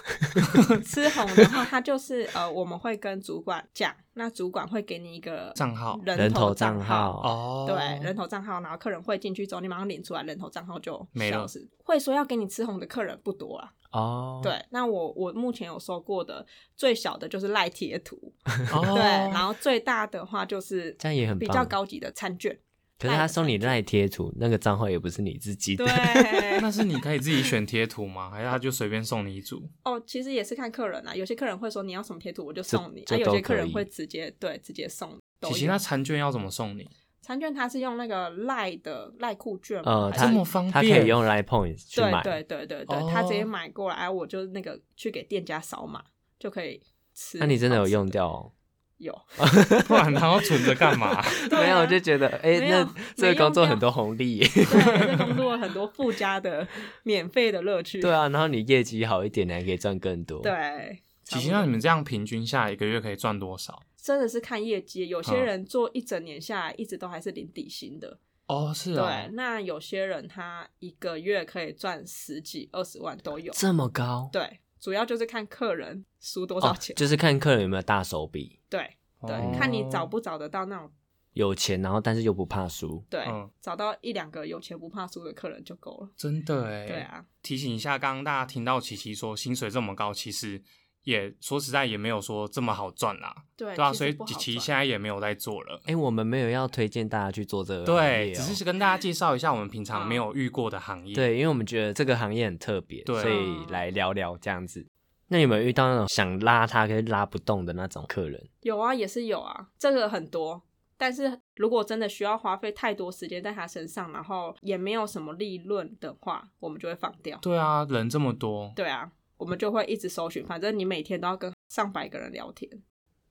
[SPEAKER 3] 吃红的话，他就是呃，我们会跟主管讲，那主管会给你一个
[SPEAKER 2] 账号
[SPEAKER 1] 人
[SPEAKER 3] 人
[SPEAKER 1] 头
[SPEAKER 3] 头
[SPEAKER 1] 账
[SPEAKER 3] 账
[SPEAKER 1] 号。
[SPEAKER 2] 哦，
[SPEAKER 3] 对，
[SPEAKER 2] <laughs>
[SPEAKER 3] 人头账号，然后客人会进去之后，你马上领出来，人头账号就
[SPEAKER 2] 没
[SPEAKER 3] 消
[SPEAKER 2] 了
[SPEAKER 3] 失。会说要给你吃红的客人不多啊。
[SPEAKER 1] 哦，
[SPEAKER 3] 对，那我我目前有收过的最小的就是赖贴图，
[SPEAKER 2] 哦，
[SPEAKER 3] 对，然后最大的话就是
[SPEAKER 1] 这样也很
[SPEAKER 3] 比
[SPEAKER 1] 棒
[SPEAKER 3] 较高级的
[SPEAKER 1] <laughs>
[SPEAKER 3] 餐券，
[SPEAKER 1] 可是他送你赖贴图，那个账号也不是你自己的
[SPEAKER 3] 对。
[SPEAKER 2] 那是你可以自己选贴图吗？还是他就随便送你一组？
[SPEAKER 3] 哦，其实也是看客人啊，有些客人会说你要什么贴图我就
[SPEAKER 1] 这
[SPEAKER 3] 送你，
[SPEAKER 1] 这
[SPEAKER 3] 啊，有
[SPEAKER 1] 都
[SPEAKER 3] 些客
[SPEAKER 1] 可
[SPEAKER 3] 人
[SPEAKER 1] 以
[SPEAKER 3] 会直接对直接送。都
[SPEAKER 2] 琪琪，
[SPEAKER 3] 有
[SPEAKER 2] 那餐券要怎么送你？
[SPEAKER 3] 餐券它是用那个赖的赖库券吗，
[SPEAKER 1] 呃，
[SPEAKER 3] 还
[SPEAKER 1] 他
[SPEAKER 2] 这
[SPEAKER 3] 是
[SPEAKER 2] 么方便
[SPEAKER 1] 他可以用 Line Point 去
[SPEAKER 3] 对
[SPEAKER 1] 买。
[SPEAKER 3] 对对对对，他直接
[SPEAKER 2] 哦
[SPEAKER 3] 买过来，啊我就那个去给店家扫码就可以吃。
[SPEAKER 1] 那你真的有用
[SPEAKER 3] 掉？
[SPEAKER 1] 掉哦？
[SPEAKER 3] 有，
[SPEAKER 2] <laughs> 不然他要存着干 <laughs> 嘛？
[SPEAKER 3] <laughs> 对啊
[SPEAKER 1] 没有，我就觉得哎，
[SPEAKER 3] 没有
[SPEAKER 1] 那这
[SPEAKER 3] 没
[SPEAKER 1] 个工作
[SPEAKER 3] 用掉
[SPEAKER 1] 很多红利
[SPEAKER 3] <laughs>
[SPEAKER 1] 耶。
[SPEAKER 3] 对，这工作有很多附加的免费的乐趣。
[SPEAKER 1] 对啊，然后你业绩好一点，你还可以赚更多。
[SPEAKER 3] 对，
[SPEAKER 2] 琪
[SPEAKER 3] 其
[SPEAKER 2] 琪，
[SPEAKER 3] 实
[SPEAKER 2] 那你们这样平均下来一个月可以赚多少？
[SPEAKER 3] 真的是看业绩，有些
[SPEAKER 2] 嗯
[SPEAKER 3] 人做一整年下来，一直都还是领底薪的。
[SPEAKER 2] 哦，是
[SPEAKER 3] 对
[SPEAKER 1] 啊
[SPEAKER 2] 哦，，
[SPEAKER 3] 那有些人他一个月可以赚十几、二十万都有。
[SPEAKER 1] 这么高
[SPEAKER 3] 对，主要就是看客人输多少
[SPEAKER 1] 哦，
[SPEAKER 3] 钱。
[SPEAKER 1] 就是看客人有没有大手笔，
[SPEAKER 3] 对对，
[SPEAKER 2] 哦
[SPEAKER 3] 看你找不找得到那种
[SPEAKER 1] 有钱，然后但是又不怕输。
[SPEAKER 3] 对，
[SPEAKER 2] 嗯
[SPEAKER 3] 找到一两个有钱不怕输的客人就够了。
[SPEAKER 2] 真的哎，
[SPEAKER 3] 对啊，
[SPEAKER 2] 提醒一下，刚刚大家听到琪琪说薪水这么高，其实也说实在也没有说这么好赚啦，
[SPEAKER 3] 对
[SPEAKER 2] 对啊，所以琪
[SPEAKER 3] 琪
[SPEAKER 2] 琪现在也没有在做了。
[SPEAKER 1] 哎，我们没有要推荐大家去做这个行
[SPEAKER 2] 对，啊
[SPEAKER 1] 业
[SPEAKER 2] 只
[SPEAKER 1] 哦，
[SPEAKER 2] 是跟大家介绍一下我们平常没
[SPEAKER 3] 嗯
[SPEAKER 2] 有遇过的行业。，
[SPEAKER 1] 对，因为我们觉得这个行业很特别，
[SPEAKER 2] 对啊
[SPEAKER 1] 所以来聊聊这样子。那你有没有遇到那种想拉他可是拉不动的那种客人？
[SPEAKER 3] 有啊，也是有啊，这个很多。但是如果真的需要花费太多时间在他身上，然后也没有什么利润的话，我们就会放掉。
[SPEAKER 2] 对啊，人这么多，
[SPEAKER 3] 对啊，我们就会一直搜寻，反正你每天都要跟上百个人聊天。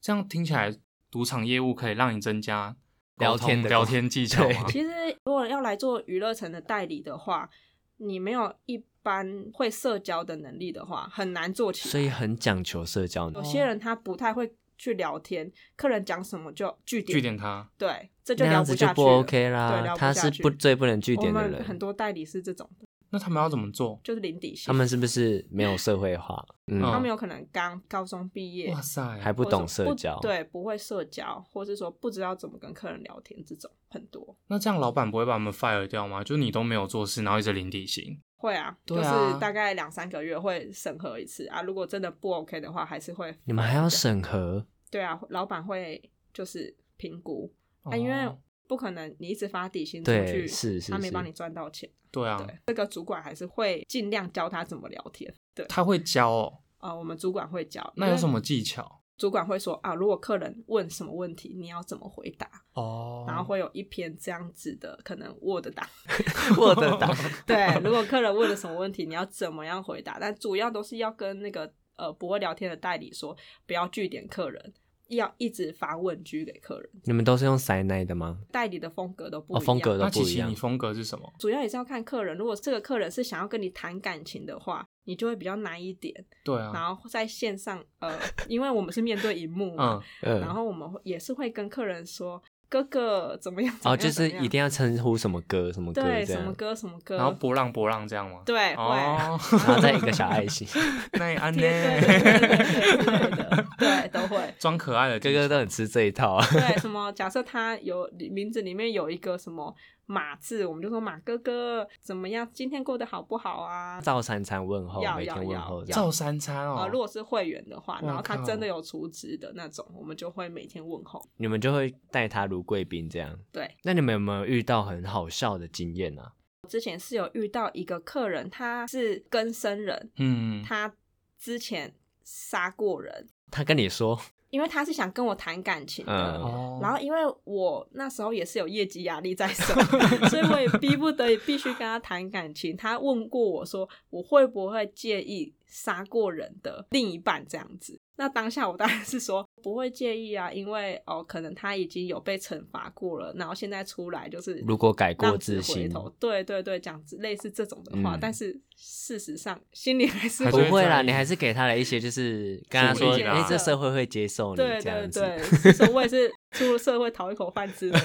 [SPEAKER 2] 这样听起来，赌场业务可以让你增加
[SPEAKER 1] 聊
[SPEAKER 2] 沟通
[SPEAKER 1] 天的
[SPEAKER 2] 聊天技巧
[SPEAKER 1] 啊
[SPEAKER 3] <laughs>
[SPEAKER 2] 吗？
[SPEAKER 3] 其实如果要来做娱乐城的代理的话，你没有一般会社交的能力的话，很难做起来。
[SPEAKER 1] 所以很讲求社交
[SPEAKER 3] 有
[SPEAKER 1] 能力，
[SPEAKER 3] 些人他不太会去聊天，客人讲什么就据点，
[SPEAKER 2] 据点他
[SPEAKER 3] 对，这就
[SPEAKER 1] 那
[SPEAKER 3] 聊
[SPEAKER 1] 样
[SPEAKER 3] 不
[SPEAKER 1] 子就
[SPEAKER 3] 下去
[SPEAKER 1] 不
[SPEAKER 3] 了
[SPEAKER 1] OK
[SPEAKER 3] 对，聊
[SPEAKER 1] 啦。
[SPEAKER 3] 不
[SPEAKER 1] 他
[SPEAKER 3] 下
[SPEAKER 1] 是
[SPEAKER 3] 去
[SPEAKER 1] 不最不能据点
[SPEAKER 3] 我
[SPEAKER 1] 的
[SPEAKER 3] 们很
[SPEAKER 1] 人，
[SPEAKER 3] 多代理是这种的，
[SPEAKER 2] 那他们要怎么做？
[SPEAKER 3] 就是零底薪，
[SPEAKER 1] 他们是不是没有社会化？
[SPEAKER 3] 他
[SPEAKER 1] 嗯，
[SPEAKER 3] 们有可能刚高中毕业，
[SPEAKER 2] 哇塞，
[SPEAKER 1] 还不
[SPEAKER 3] 或者
[SPEAKER 1] 懂
[SPEAKER 3] 是不
[SPEAKER 1] 社交。，
[SPEAKER 3] 对，不会社交，或是说不知道怎么跟客人聊天，这种很多。
[SPEAKER 2] 那这样老板不会把我们 fire 掉吗？就是你都没有做事，然后一直领底薪。
[SPEAKER 3] 会啊，
[SPEAKER 2] 对啊
[SPEAKER 3] 就是大概两三个月会审核一次啊。如果真的不 OK 的话，还是会
[SPEAKER 1] 你们还要审核，
[SPEAKER 3] 对啊，老板会就是评估啊，因为
[SPEAKER 2] 哦
[SPEAKER 3] 不可能你一直发底薪出
[SPEAKER 1] 对，
[SPEAKER 3] 去，
[SPEAKER 1] 是是
[SPEAKER 3] 他没
[SPEAKER 1] 是。
[SPEAKER 3] 帮你赚到钱。
[SPEAKER 2] 对啊，
[SPEAKER 3] 对，这个主管还是会尽量教他怎么聊天。对，
[SPEAKER 2] 他会教哦。
[SPEAKER 3] 呃，我们主管会教。
[SPEAKER 2] 那
[SPEAKER 3] 因
[SPEAKER 2] 有
[SPEAKER 3] 为
[SPEAKER 2] 什么技巧？
[SPEAKER 3] 主管会说啊，如果客人问什么问题，你要怎么回答，
[SPEAKER 2] 哦
[SPEAKER 3] 然后会有一篇这样子的可能 Word 档。
[SPEAKER 1] <laughs> 我
[SPEAKER 2] <laughs>
[SPEAKER 1] 的档，
[SPEAKER 3] 对， <laughs> 如果客人问了什么问题，你要怎么样回答？但主要都是要跟那个呃不会聊天的代理说，不要据点客人，要一直发问句给客人。
[SPEAKER 1] 你们都是用塞奶的吗？
[SPEAKER 3] 代理的风格都不一
[SPEAKER 1] 哦
[SPEAKER 3] 样，
[SPEAKER 1] 风格都
[SPEAKER 2] 那琪
[SPEAKER 1] 不一
[SPEAKER 2] 琪，
[SPEAKER 1] 样
[SPEAKER 2] 你风格是什么？
[SPEAKER 3] 主要也是要看客人。如果这个客人是想要跟你谈感情的话，你就会比较难一点。
[SPEAKER 2] 对啊，
[SPEAKER 3] 然后在线上，呃，因为我们是面对荧幕嘛，
[SPEAKER 2] 嗯，
[SPEAKER 1] 嗯，
[SPEAKER 3] 然后我们会也是会跟客人说哥哥怎么样，怎么
[SPEAKER 1] 哦，
[SPEAKER 3] 样
[SPEAKER 1] 就是
[SPEAKER 3] 怎么样
[SPEAKER 1] 一定要称呼什么歌什么歌
[SPEAKER 3] 对
[SPEAKER 1] 这
[SPEAKER 3] 什么
[SPEAKER 1] 样，
[SPEAKER 3] 歌什么歌，
[SPEAKER 2] 然后波浪波浪这样吗？
[SPEAKER 3] 对会。啊
[SPEAKER 2] 哦，
[SPEAKER 1] 然后再一个小爱
[SPEAKER 3] <laughs>
[SPEAKER 1] 心，
[SPEAKER 2] <laughs> 那也安
[SPEAKER 3] 贴对对对对
[SPEAKER 2] 呢？
[SPEAKER 3] 对之类
[SPEAKER 1] <laughs>
[SPEAKER 3] 的，对都会。
[SPEAKER 2] 装可爱的
[SPEAKER 1] 哥
[SPEAKER 2] 技巧
[SPEAKER 1] 哥都很吃 <laughs> 这一套啊。
[SPEAKER 3] 对，什么假设他有名字里面有一个什么马字，我们就说马哥哥怎么样，今天过得好不好啊？
[SPEAKER 1] 赵三餐问候，
[SPEAKER 3] 要
[SPEAKER 1] 每天
[SPEAKER 3] 要
[SPEAKER 1] 问
[SPEAKER 3] 要
[SPEAKER 1] 候这
[SPEAKER 2] 照
[SPEAKER 1] 样。
[SPEAKER 2] 三餐
[SPEAKER 3] 啊，
[SPEAKER 2] 哦
[SPEAKER 3] 如。果是会员的话，然后他
[SPEAKER 2] 哇靠
[SPEAKER 3] 真的有储值的那种，我们就会每天问候。
[SPEAKER 1] 你们就会待他如贵宾这样。
[SPEAKER 3] 对，
[SPEAKER 1] 那你们有没有遇到很好笑的经验啊？
[SPEAKER 3] 之前是有遇到一个客人，他是跟生人，
[SPEAKER 2] 嗯，
[SPEAKER 3] 他之前杀过人，
[SPEAKER 1] 他跟你说，
[SPEAKER 3] 因为他是想跟我谈感情的。
[SPEAKER 1] 嗯
[SPEAKER 2] 哦，
[SPEAKER 3] 然后，因为我那时候也是有业绩压力在手， <laughs> 所以我也逼不得已必须跟他谈感情。他问过我说，我会不会介意杀过人的另一半这样子？那当下我当然是说不会介意啊，因为哦，可能他已经有被惩罚过了，然后现在出来就是
[SPEAKER 1] 如果改过
[SPEAKER 3] 浪子
[SPEAKER 1] 自
[SPEAKER 3] 回
[SPEAKER 1] 新，
[SPEAKER 3] 头，对对对，讲类似这种的话，
[SPEAKER 1] 嗯
[SPEAKER 3] 但是事实上心里还是
[SPEAKER 2] 还
[SPEAKER 1] 不
[SPEAKER 2] 是
[SPEAKER 3] 会
[SPEAKER 2] 会
[SPEAKER 1] 会
[SPEAKER 2] 在
[SPEAKER 1] 啦，
[SPEAKER 2] 意
[SPEAKER 1] 你还是给他了一些，就是跟他说，
[SPEAKER 3] 建议
[SPEAKER 1] 哎
[SPEAKER 3] 啦，
[SPEAKER 1] 这社会会接受你
[SPEAKER 3] 对
[SPEAKER 1] 这
[SPEAKER 3] 对
[SPEAKER 1] 样子。
[SPEAKER 3] 啊对，是说我
[SPEAKER 1] <laughs>
[SPEAKER 3] 也是出了社会讨一口饭吃的。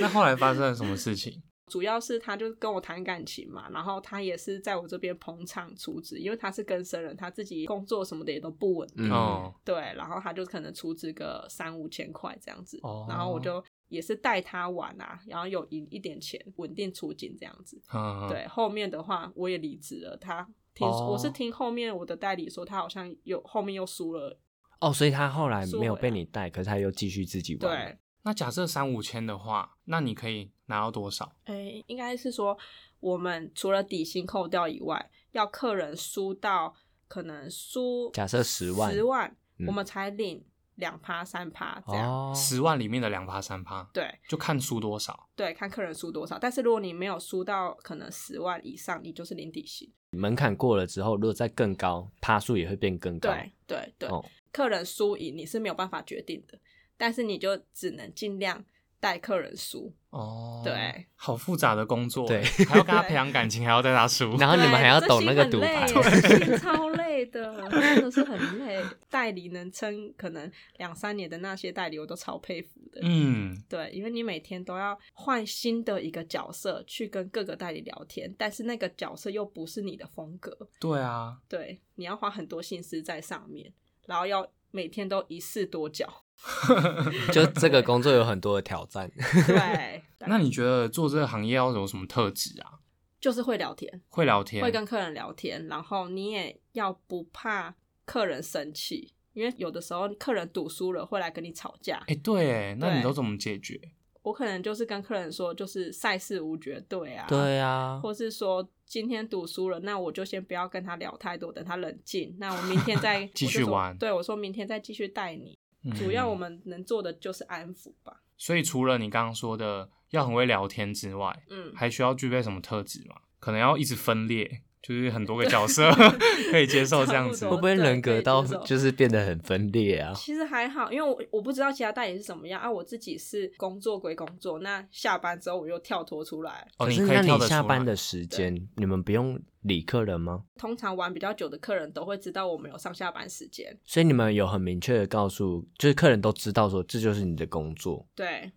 [SPEAKER 2] 那后来发生了什么事情？
[SPEAKER 3] <laughs> 主要是他就跟我谈感情嘛，然后他也是在我这边捧场出资，因为他是跟生人，他自己工作什么的也都不稳定，
[SPEAKER 1] 嗯
[SPEAKER 2] 哦，
[SPEAKER 3] 对，然后他就可能出资个三五千块这样子，
[SPEAKER 2] 哦
[SPEAKER 3] 然后我就也是带他玩啊，然后有赢一点钱，稳定出金这样子。
[SPEAKER 2] 嗯，嗯，
[SPEAKER 3] 对，后面的话我也离职了，他听、
[SPEAKER 2] 哦
[SPEAKER 3] 我是听后面我的代理说他好像有后面又输了，
[SPEAKER 1] 哦，所以他后来没有被
[SPEAKER 3] 说回来
[SPEAKER 1] 你带，可是他又继续自己
[SPEAKER 3] 对，
[SPEAKER 1] 玩。
[SPEAKER 2] 那假设三五千的话，那你可以拿到多
[SPEAKER 1] 哦
[SPEAKER 2] 少？
[SPEAKER 3] 诶、应该是说我们除了底薪扣掉以外，要客人输到可能输
[SPEAKER 1] 假设10万
[SPEAKER 3] 十万，
[SPEAKER 1] 嗯
[SPEAKER 3] 我们才领两趴三趴这样。
[SPEAKER 1] 哦，
[SPEAKER 2] 十万里面的两趴三趴，
[SPEAKER 3] 对
[SPEAKER 2] 就看输多少。
[SPEAKER 3] 对，看客人输多少。但是如果你没有输到可能十万以上，你就是零底薪。
[SPEAKER 1] 门槛过了之后，如果再更高，趴数也会变更高。
[SPEAKER 3] 对对对，
[SPEAKER 1] 哦，
[SPEAKER 3] 客人输赢你是没有办法决定的，但是你就只能尽量带客人输。
[SPEAKER 2] 哦，
[SPEAKER 3] 对，
[SPEAKER 2] 好复杂的工作，
[SPEAKER 1] 对
[SPEAKER 2] 还要跟他培养感情，还要带他输，
[SPEAKER 1] <laughs> 然后你们
[SPEAKER 3] 对
[SPEAKER 1] 还要
[SPEAKER 3] 这
[SPEAKER 1] 懂
[SPEAKER 3] 心
[SPEAKER 1] 那个
[SPEAKER 3] 很
[SPEAKER 1] 赌牌
[SPEAKER 3] 累
[SPEAKER 1] <laughs>
[SPEAKER 3] 这心超累的，真的是很累。代理能撑可能两三年的那些代理，我都超佩服的。
[SPEAKER 2] 嗯，
[SPEAKER 3] 对，因为你每天都要换新的一个角色去跟各个代理聊天，但是那个角色又不是你的风格，
[SPEAKER 2] 对啊，
[SPEAKER 3] 对，你要花很多心思在上面，然后要每天都一试多角。 <laughs>
[SPEAKER 1] 就这个工作有很多的挑战。
[SPEAKER 3] 对，
[SPEAKER 2] <laughs> 那你觉得做这个行业要有什么特质啊？
[SPEAKER 3] 就是会聊天，
[SPEAKER 2] 会聊天，
[SPEAKER 3] 会跟客人聊天，然后你也要不怕客人生气，因为有的时候客人赌输了会来跟你吵架。
[SPEAKER 2] 哎、对耶，那你
[SPEAKER 3] 对
[SPEAKER 2] 都怎么解决？
[SPEAKER 3] 我可能就是跟客人说，就是赛事无绝 <laughs> 对啊，
[SPEAKER 1] 啊
[SPEAKER 3] 或是说今天赌输了，那我就先不要跟他聊太多，等他冷静，那我明天再
[SPEAKER 2] <laughs> 继
[SPEAKER 3] 我就
[SPEAKER 2] 续
[SPEAKER 3] 说
[SPEAKER 2] 玩
[SPEAKER 3] 对，我说明天再继续带你。
[SPEAKER 2] 嗯
[SPEAKER 3] 主要我，们能做的就是安抚吧。
[SPEAKER 2] 所以除了你刚刚说的要很会聊天之外，
[SPEAKER 3] 嗯，
[SPEAKER 2] 还需要具备什么特质吗？可能要一直分裂，就是很多个角
[SPEAKER 3] <laughs>
[SPEAKER 2] 色可以接受这样子
[SPEAKER 3] 差
[SPEAKER 1] <laughs> 会
[SPEAKER 3] 多
[SPEAKER 1] 不会人格到
[SPEAKER 3] 对可以接受
[SPEAKER 1] 就是变得很分裂啊？
[SPEAKER 3] 其实还好，因为我我不知道其他代理是怎么样啊。我自己是工作归工作，那下班之后我又跳脱出来。
[SPEAKER 2] 哦，
[SPEAKER 1] 可
[SPEAKER 2] 你
[SPEAKER 1] 是
[SPEAKER 2] 可以
[SPEAKER 1] 那
[SPEAKER 2] 跳
[SPEAKER 1] 你
[SPEAKER 2] 得
[SPEAKER 1] 下
[SPEAKER 2] 出
[SPEAKER 1] 班
[SPEAKER 2] 来
[SPEAKER 1] 的时间，你们不用理客人吗？
[SPEAKER 3] 通常玩比较久的客人都会知道我们有上下班时间，
[SPEAKER 1] 所以你们有很明确的告诉，就是客人都知道说这就是你的工作，
[SPEAKER 3] 对。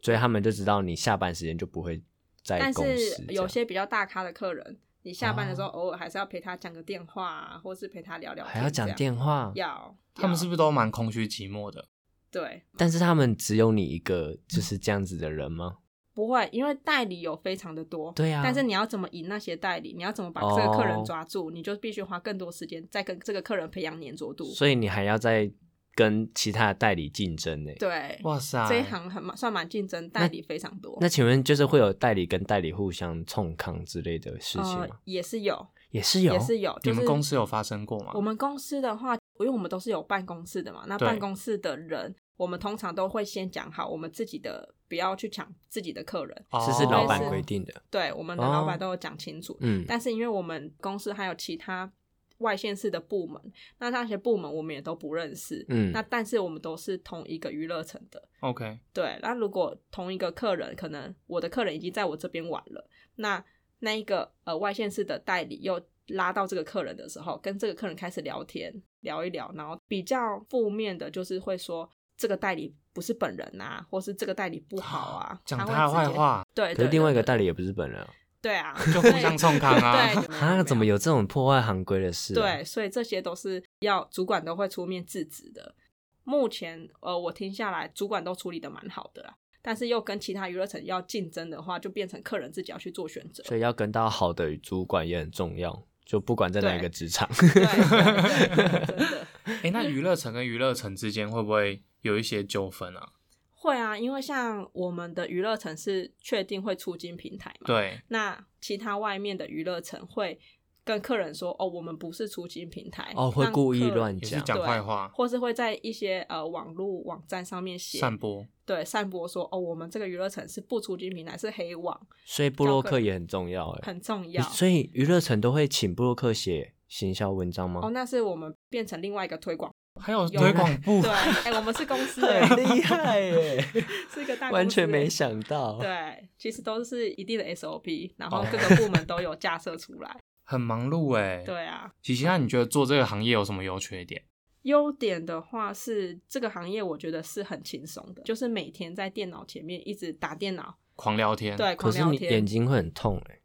[SPEAKER 1] 所以他们就知道你下班时间就不会在
[SPEAKER 3] 但
[SPEAKER 1] 公司
[SPEAKER 3] 是
[SPEAKER 1] 这样。哦
[SPEAKER 3] 有些比较大咖的客人，你下班的时候偶尔还是要陪他讲个电话、啊，或是陪他聊聊天这
[SPEAKER 1] 还
[SPEAKER 3] 样。
[SPEAKER 1] 要讲电话，
[SPEAKER 3] 要
[SPEAKER 2] 他们
[SPEAKER 3] 要
[SPEAKER 2] 是不是都蛮空虚寂寞的？
[SPEAKER 3] 对，
[SPEAKER 1] 但是他们只有你一个就是这样子的人吗？
[SPEAKER 3] 不会，因为代理有非常的多。
[SPEAKER 1] 对啊
[SPEAKER 3] 但是你要怎么赢那些代理？你要怎么把
[SPEAKER 1] 哦
[SPEAKER 3] 这个客人抓住？你就必须花更多时间在跟这个客人培养粘着度。
[SPEAKER 1] 所以你还要再跟其他的代理竞争呢、
[SPEAKER 3] 对，
[SPEAKER 2] 哇塞，
[SPEAKER 3] 这一行很蛮算蛮竞争，代理非常多。
[SPEAKER 1] 那请问就是会有代理跟代理互相冲抗之类的事情吗？
[SPEAKER 3] 呃也是有，
[SPEAKER 1] 也是有，
[SPEAKER 3] 也是有。
[SPEAKER 2] 你
[SPEAKER 3] 就是
[SPEAKER 2] 们公司有发生过吗？
[SPEAKER 3] 我们公司的话，因为我们都是有办公室的嘛，那
[SPEAKER 2] 对
[SPEAKER 3] 办公室的人，我们通常都会先讲好我们自己的，不要去抢自己的客人。
[SPEAKER 2] 哦
[SPEAKER 1] 这是老板
[SPEAKER 3] 类似
[SPEAKER 1] 规定的。
[SPEAKER 3] 对，我们的
[SPEAKER 1] 哦
[SPEAKER 3] 老板都有讲清楚。
[SPEAKER 1] 嗯，
[SPEAKER 3] 但是因为我们公司还有其他外县市的部门，那那些部门我们也都不认识。
[SPEAKER 1] 嗯
[SPEAKER 3] 那但是我们都是同一个娱乐城的，
[SPEAKER 2] OK，
[SPEAKER 3] 对，那如果同一个客人，可能我的客人已经在我这边玩了，那那一个呃外县市的代理又拉到这个客人的时候，跟这个客人开始聊天，聊一聊，然后比较负面的就是会说这个代理不是本人啊，或是这个代理不好啊，
[SPEAKER 2] 讲
[SPEAKER 3] 他会
[SPEAKER 2] 他的
[SPEAKER 3] 直
[SPEAKER 2] 坏
[SPEAKER 3] 接，
[SPEAKER 2] 话，
[SPEAKER 3] <laughs> 对，
[SPEAKER 1] 可
[SPEAKER 3] 对
[SPEAKER 1] 是另外一个
[SPEAKER 3] 对
[SPEAKER 1] 代理也不是本人啊，
[SPEAKER 3] 对啊，
[SPEAKER 2] 就
[SPEAKER 3] 所
[SPEAKER 2] 互
[SPEAKER 3] 以
[SPEAKER 2] 相冲康啊。
[SPEAKER 3] 对
[SPEAKER 1] <laughs> 啊，怎么
[SPEAKER 3] 有？
[SPEAKER 1] 有这种破坏行规的事、啊？
[SPEAKER 3] 对，，所以这些都是要主管都会出面制止的。目前呃，我听下来，主管都处理的蛮好的啦，但是又跟其他娱乐城要竞争的话，就变成客人自己要去做选择。
[SPEAKER 1] 所以要跟到好的主管也很重要，就不管在哪一个
[SPEAKER 3] 对
[SPEAKER 1] 职场。 <laughs>
[SPEAKER 3] 对，对对真的
[SPEAKER 2] 哎、那娱乐城跟娱乐城之间会不会有一些纠纷啊？
[SPEAKER 3] 会啊，因为像我们的娱乐城是确定会出金平台嘛，
[SPEAKER 2] 对，
[SPEAKER 3] 那其他外面的娱乐城会跟客人说，哦，我们不是出金平台，
[SPEAKER 1] 哦，会
[SPEAKER 3] 让
[SPEAKER 1] 故意
[SPEAKER 3] 客人
[SPEAKER 1] 乱
[SPEAKER 2] 也是
[SPEAKER 1] 讲。
[SPEAKER 2] 讲
[SPEAKER 3] 对
[SPEAKER 2] 坏话、
[SPEAKER 3] 或是会在一些呃网络网站上面写
[SPEAKER 2] 散播。
[SPEAKER 3] 对散播说哦，我们这个娱乐城是不出金平台，是黑网，
[SPEAKER 1] 所以布洛克也很重要哎、
[SPEAKER 3] 很重
[SPEAKER 1] 你
[SPEAKER 3] 要。
[SPEAKER 1] 所以娱乐城都会请布洛克写行销文章吗？
[SPEAKER 3] 哦，那是我们变成另外一个推广，
[SPEAKER 2] 还有
[SPEAKER 3] 有
[SPEAKER 2] 推广部
[SPEAKER 3] 对，哎、我们是公司的，
[SPEAKER 1] 很厉
[SPEAKER 3] <laughs>
[SPEAKER 1] 害耶、
[SPEAKER 3] 是一个大公司，欸
[SPEAKER 1] 完全没。想到。哦
[SPEAKER 3] 对，啊其实都是一定的 SOP，然后各个部门都有架设出来。
[SPEAKER 2] 很忙碌哎、，
[SPEAKER 3] 对啊，
[SPEAKER 2] 琪琪，那你觉得做这个行业有什么优缺点？
[SPEAKER 3] 优点的话是这个行业我觉得是很轻松的，就是每天在电脑前面一直打电脑，
[SPEAKER 2] 狂聊天。
[SPEAKER 3] 对，
[SPEAKER 1] 嗯可
[SPEAKER 3] 狂
[SPEAKER 1] 是
[SPEAKER 3] 聊
[SPEAKER 1] 你眼
[SPEAKER 3] 天
[SPEAKER 1] 睛会很痛哎、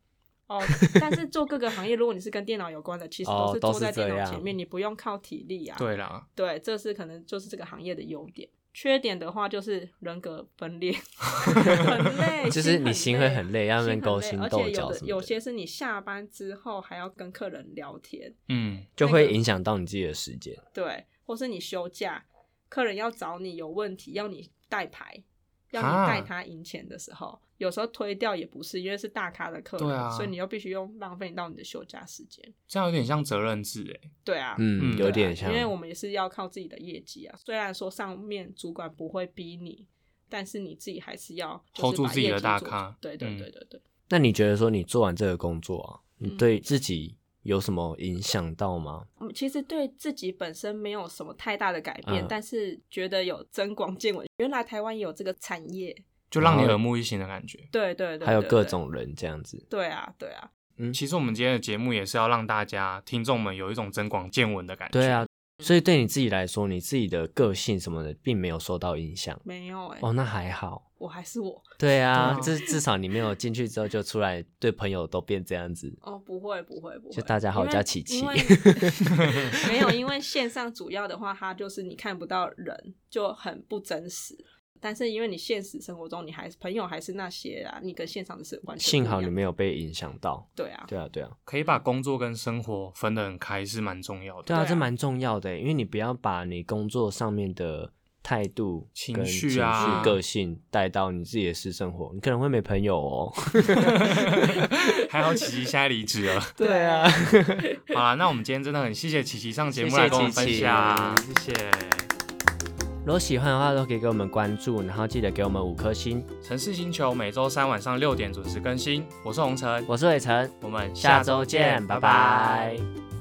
[SPEAKER 3] 哦。但是做各个行业，如果你是跟电脑有关的，其实
[SPEAKER 1] 哦
[SPEAKER 3] 都是
[SPEAKER 1] 都是
[SPEAKER 3] 坐在电
[SPEAKER 1] 这
[SPEAKER 3] 脑
[SPEAKER 1] 样
[SPEAKER 3] 前面，你不用靠体力啊。
[SPEAKER 2] 对啦，
[SPEAKER 3] 对，这是可能就是这个行业的优点。缺点的话就是人格分裂，
[SPEAKER 1] <laughs>
[SPEAKER 3] 很累，
[SPEAKER 1] 就是你
[SPEAKER 3] 心
[SPEAKER 1] 心
[SPEAKER 3] 累
[SPEAKER 1] 会很累，要那边勾心斗角
[SPEAKER 3] 而
[SPEAKER 1] 什
[SPEAKER 3] 且有的
[SPEAKER 1] 么
[SPEAKER 3] 有些是你下班之后还要跟客人聊天，
[SPEAKER 2] 嗯，
[SPEAKER 1] 就
[SPEAKER 3] 那
[SPEAKER 1] 会
[SPEAKER 3] 个啊
[SPEAKER 1] 影响到你自己的时间。
[SPEAKER 3] 对，或是你休假，客人要找你有问题，要你代牌，要
[SPEAKER 2] 啊
[SPEAKER 3] 你带他赢钱的时候，有时候推掉也不是，因为是大咖的客人，
[SPEAKER 2] 对啊
[SPEAKER 3] 所以你又必须用浪费到你的休假时间。
[SPEAKER 2] 这样有点像责任制诶、
[SPEAKER 3] 对啊，
[SPEAKER 1] 嗯，
[SPEAKER 2] 嗯
[SPEAKER 1] 有
[SPEAKER 3] 对啊
[SPEAKER 1] 点像
[SPEAKER 3] 因，为我们也是要靠自己的业绩啊。虽然说上面主管不会逼你，但是你自己还是要就是
[SPEAKER 2] Hold 住
[SPEAKER 3] 把
[SPEAKER 2] 自己的
[SPEAKER 3] 业绩
[SPEAKER 2] 大
[SPEAKER 3] 做
[SPEAKER 2] 咖
[SPEAKER 3] 足对对
[SPEAKER 2] 嗯
[SPEAKER 3] 对对对，
[SPEAKER 1] 那你觉得说你做完这个工作啊，你
[SPEAKER 3] 嗯
[SPEAKER 1] 对自己有什么影响到吗？
[SPEAKER 3] 我嗯们其实对自己本身没有什么太大的改变，
[SPEAKER 1] 嗯
[SPEAKER 3] 但是觉得有增广见闻，原来台湾也有这个产业。
[SPEAKER 2] 就让你
[SPEAKER 1] 然后
[SPEAKER 2] 耳目一新的感觉。
[SPEAKER 3] 对对对对，
[SPEAKER 1] 还有各
[SPEAKER 3] 对。
[SPEAKER 1] 种人这样子，
[SPEAKER 3] 对啊，对啊，
[SPEAKER 2] 其实我们今天的节目也是要让大家听众们有一种增广见闻的感觉。
[SPEAKER 1] 对啊，所以对你自己来说，你自己的个性什么的并没有受到影响。
[SPEAKER 3] 没有哎、
[SPEAKER 1] 哦，那还好。
[SPEAKER 3] 我还是我
[SPEAKER 1] 对啊，
[SPEAKER 2] 对
[SPEAKER 1] 至至少你没有进去之后就出来对朋友都变这样子。
[SPEAKER 3] 哦，不会不会不会，
[SPEAKER 1] 就大家好
[SPEAKER 3] 因为
[SPEAKER 1] 加琪琪 <laughs>
[SPEAKER 3] 因为没有，因为线上主要的话，它就是你看不到人，就很不真实。但是因为你现实生活中，你还是朋友还是那些啊，你跟现场的是完全
[SPEAKER 1] 幸好你
[SPEAKER 3] 们
[SPEAKER 1] 没有被影响到。
[SPEAKER 3] 对啊，
[SPEAKER 1] 对啊，对啊，
[SPEAKER 2] 可以把工作跟生活分得很开是蛮重要的。
[SPEAKER 1] 对
[SPEAKER 3] 对
[SPEAKER 1] 啊，
[SPEAKER 3] 啊
[SPEAKER 1] 这蛮重要的，因为你不要把你工作上面的态度、
[SPEAKER 2] 情
[SPEAKER 1] 跟
[SPEAKER 2] 绪
[SPEAKER 1] 情
[SPEAKER 2] 啊
[SPEAKER 1] 个性带到你自己的私生活，你可能会没朋友哦。
[SPEAKER 2] 还好琪琪现在离职了。
[SPEAKER 1] 对啊，
[SPEAKER 2] 好啦，那我们今天真的很谢谢琪琪上节目
[SPEAKER 1] 谢谢
[SPEAKER 2] 来跟我们分
[SPEAKER 1] 琪琪
[SPEAKER 2] 享，谢谢。
[SPEAKER 1] <laughs> 如果喜欢的话，都可以给我们关注，然后记得给我们五颗星。
[SPEAKER 2] 城市星球每周三晚上六点准时更新，我是红尘，
[SPEAKER 1] 我是伟成，
[SPEAKER 2] 我们
[SPEAKER 1] 下周见，拜拜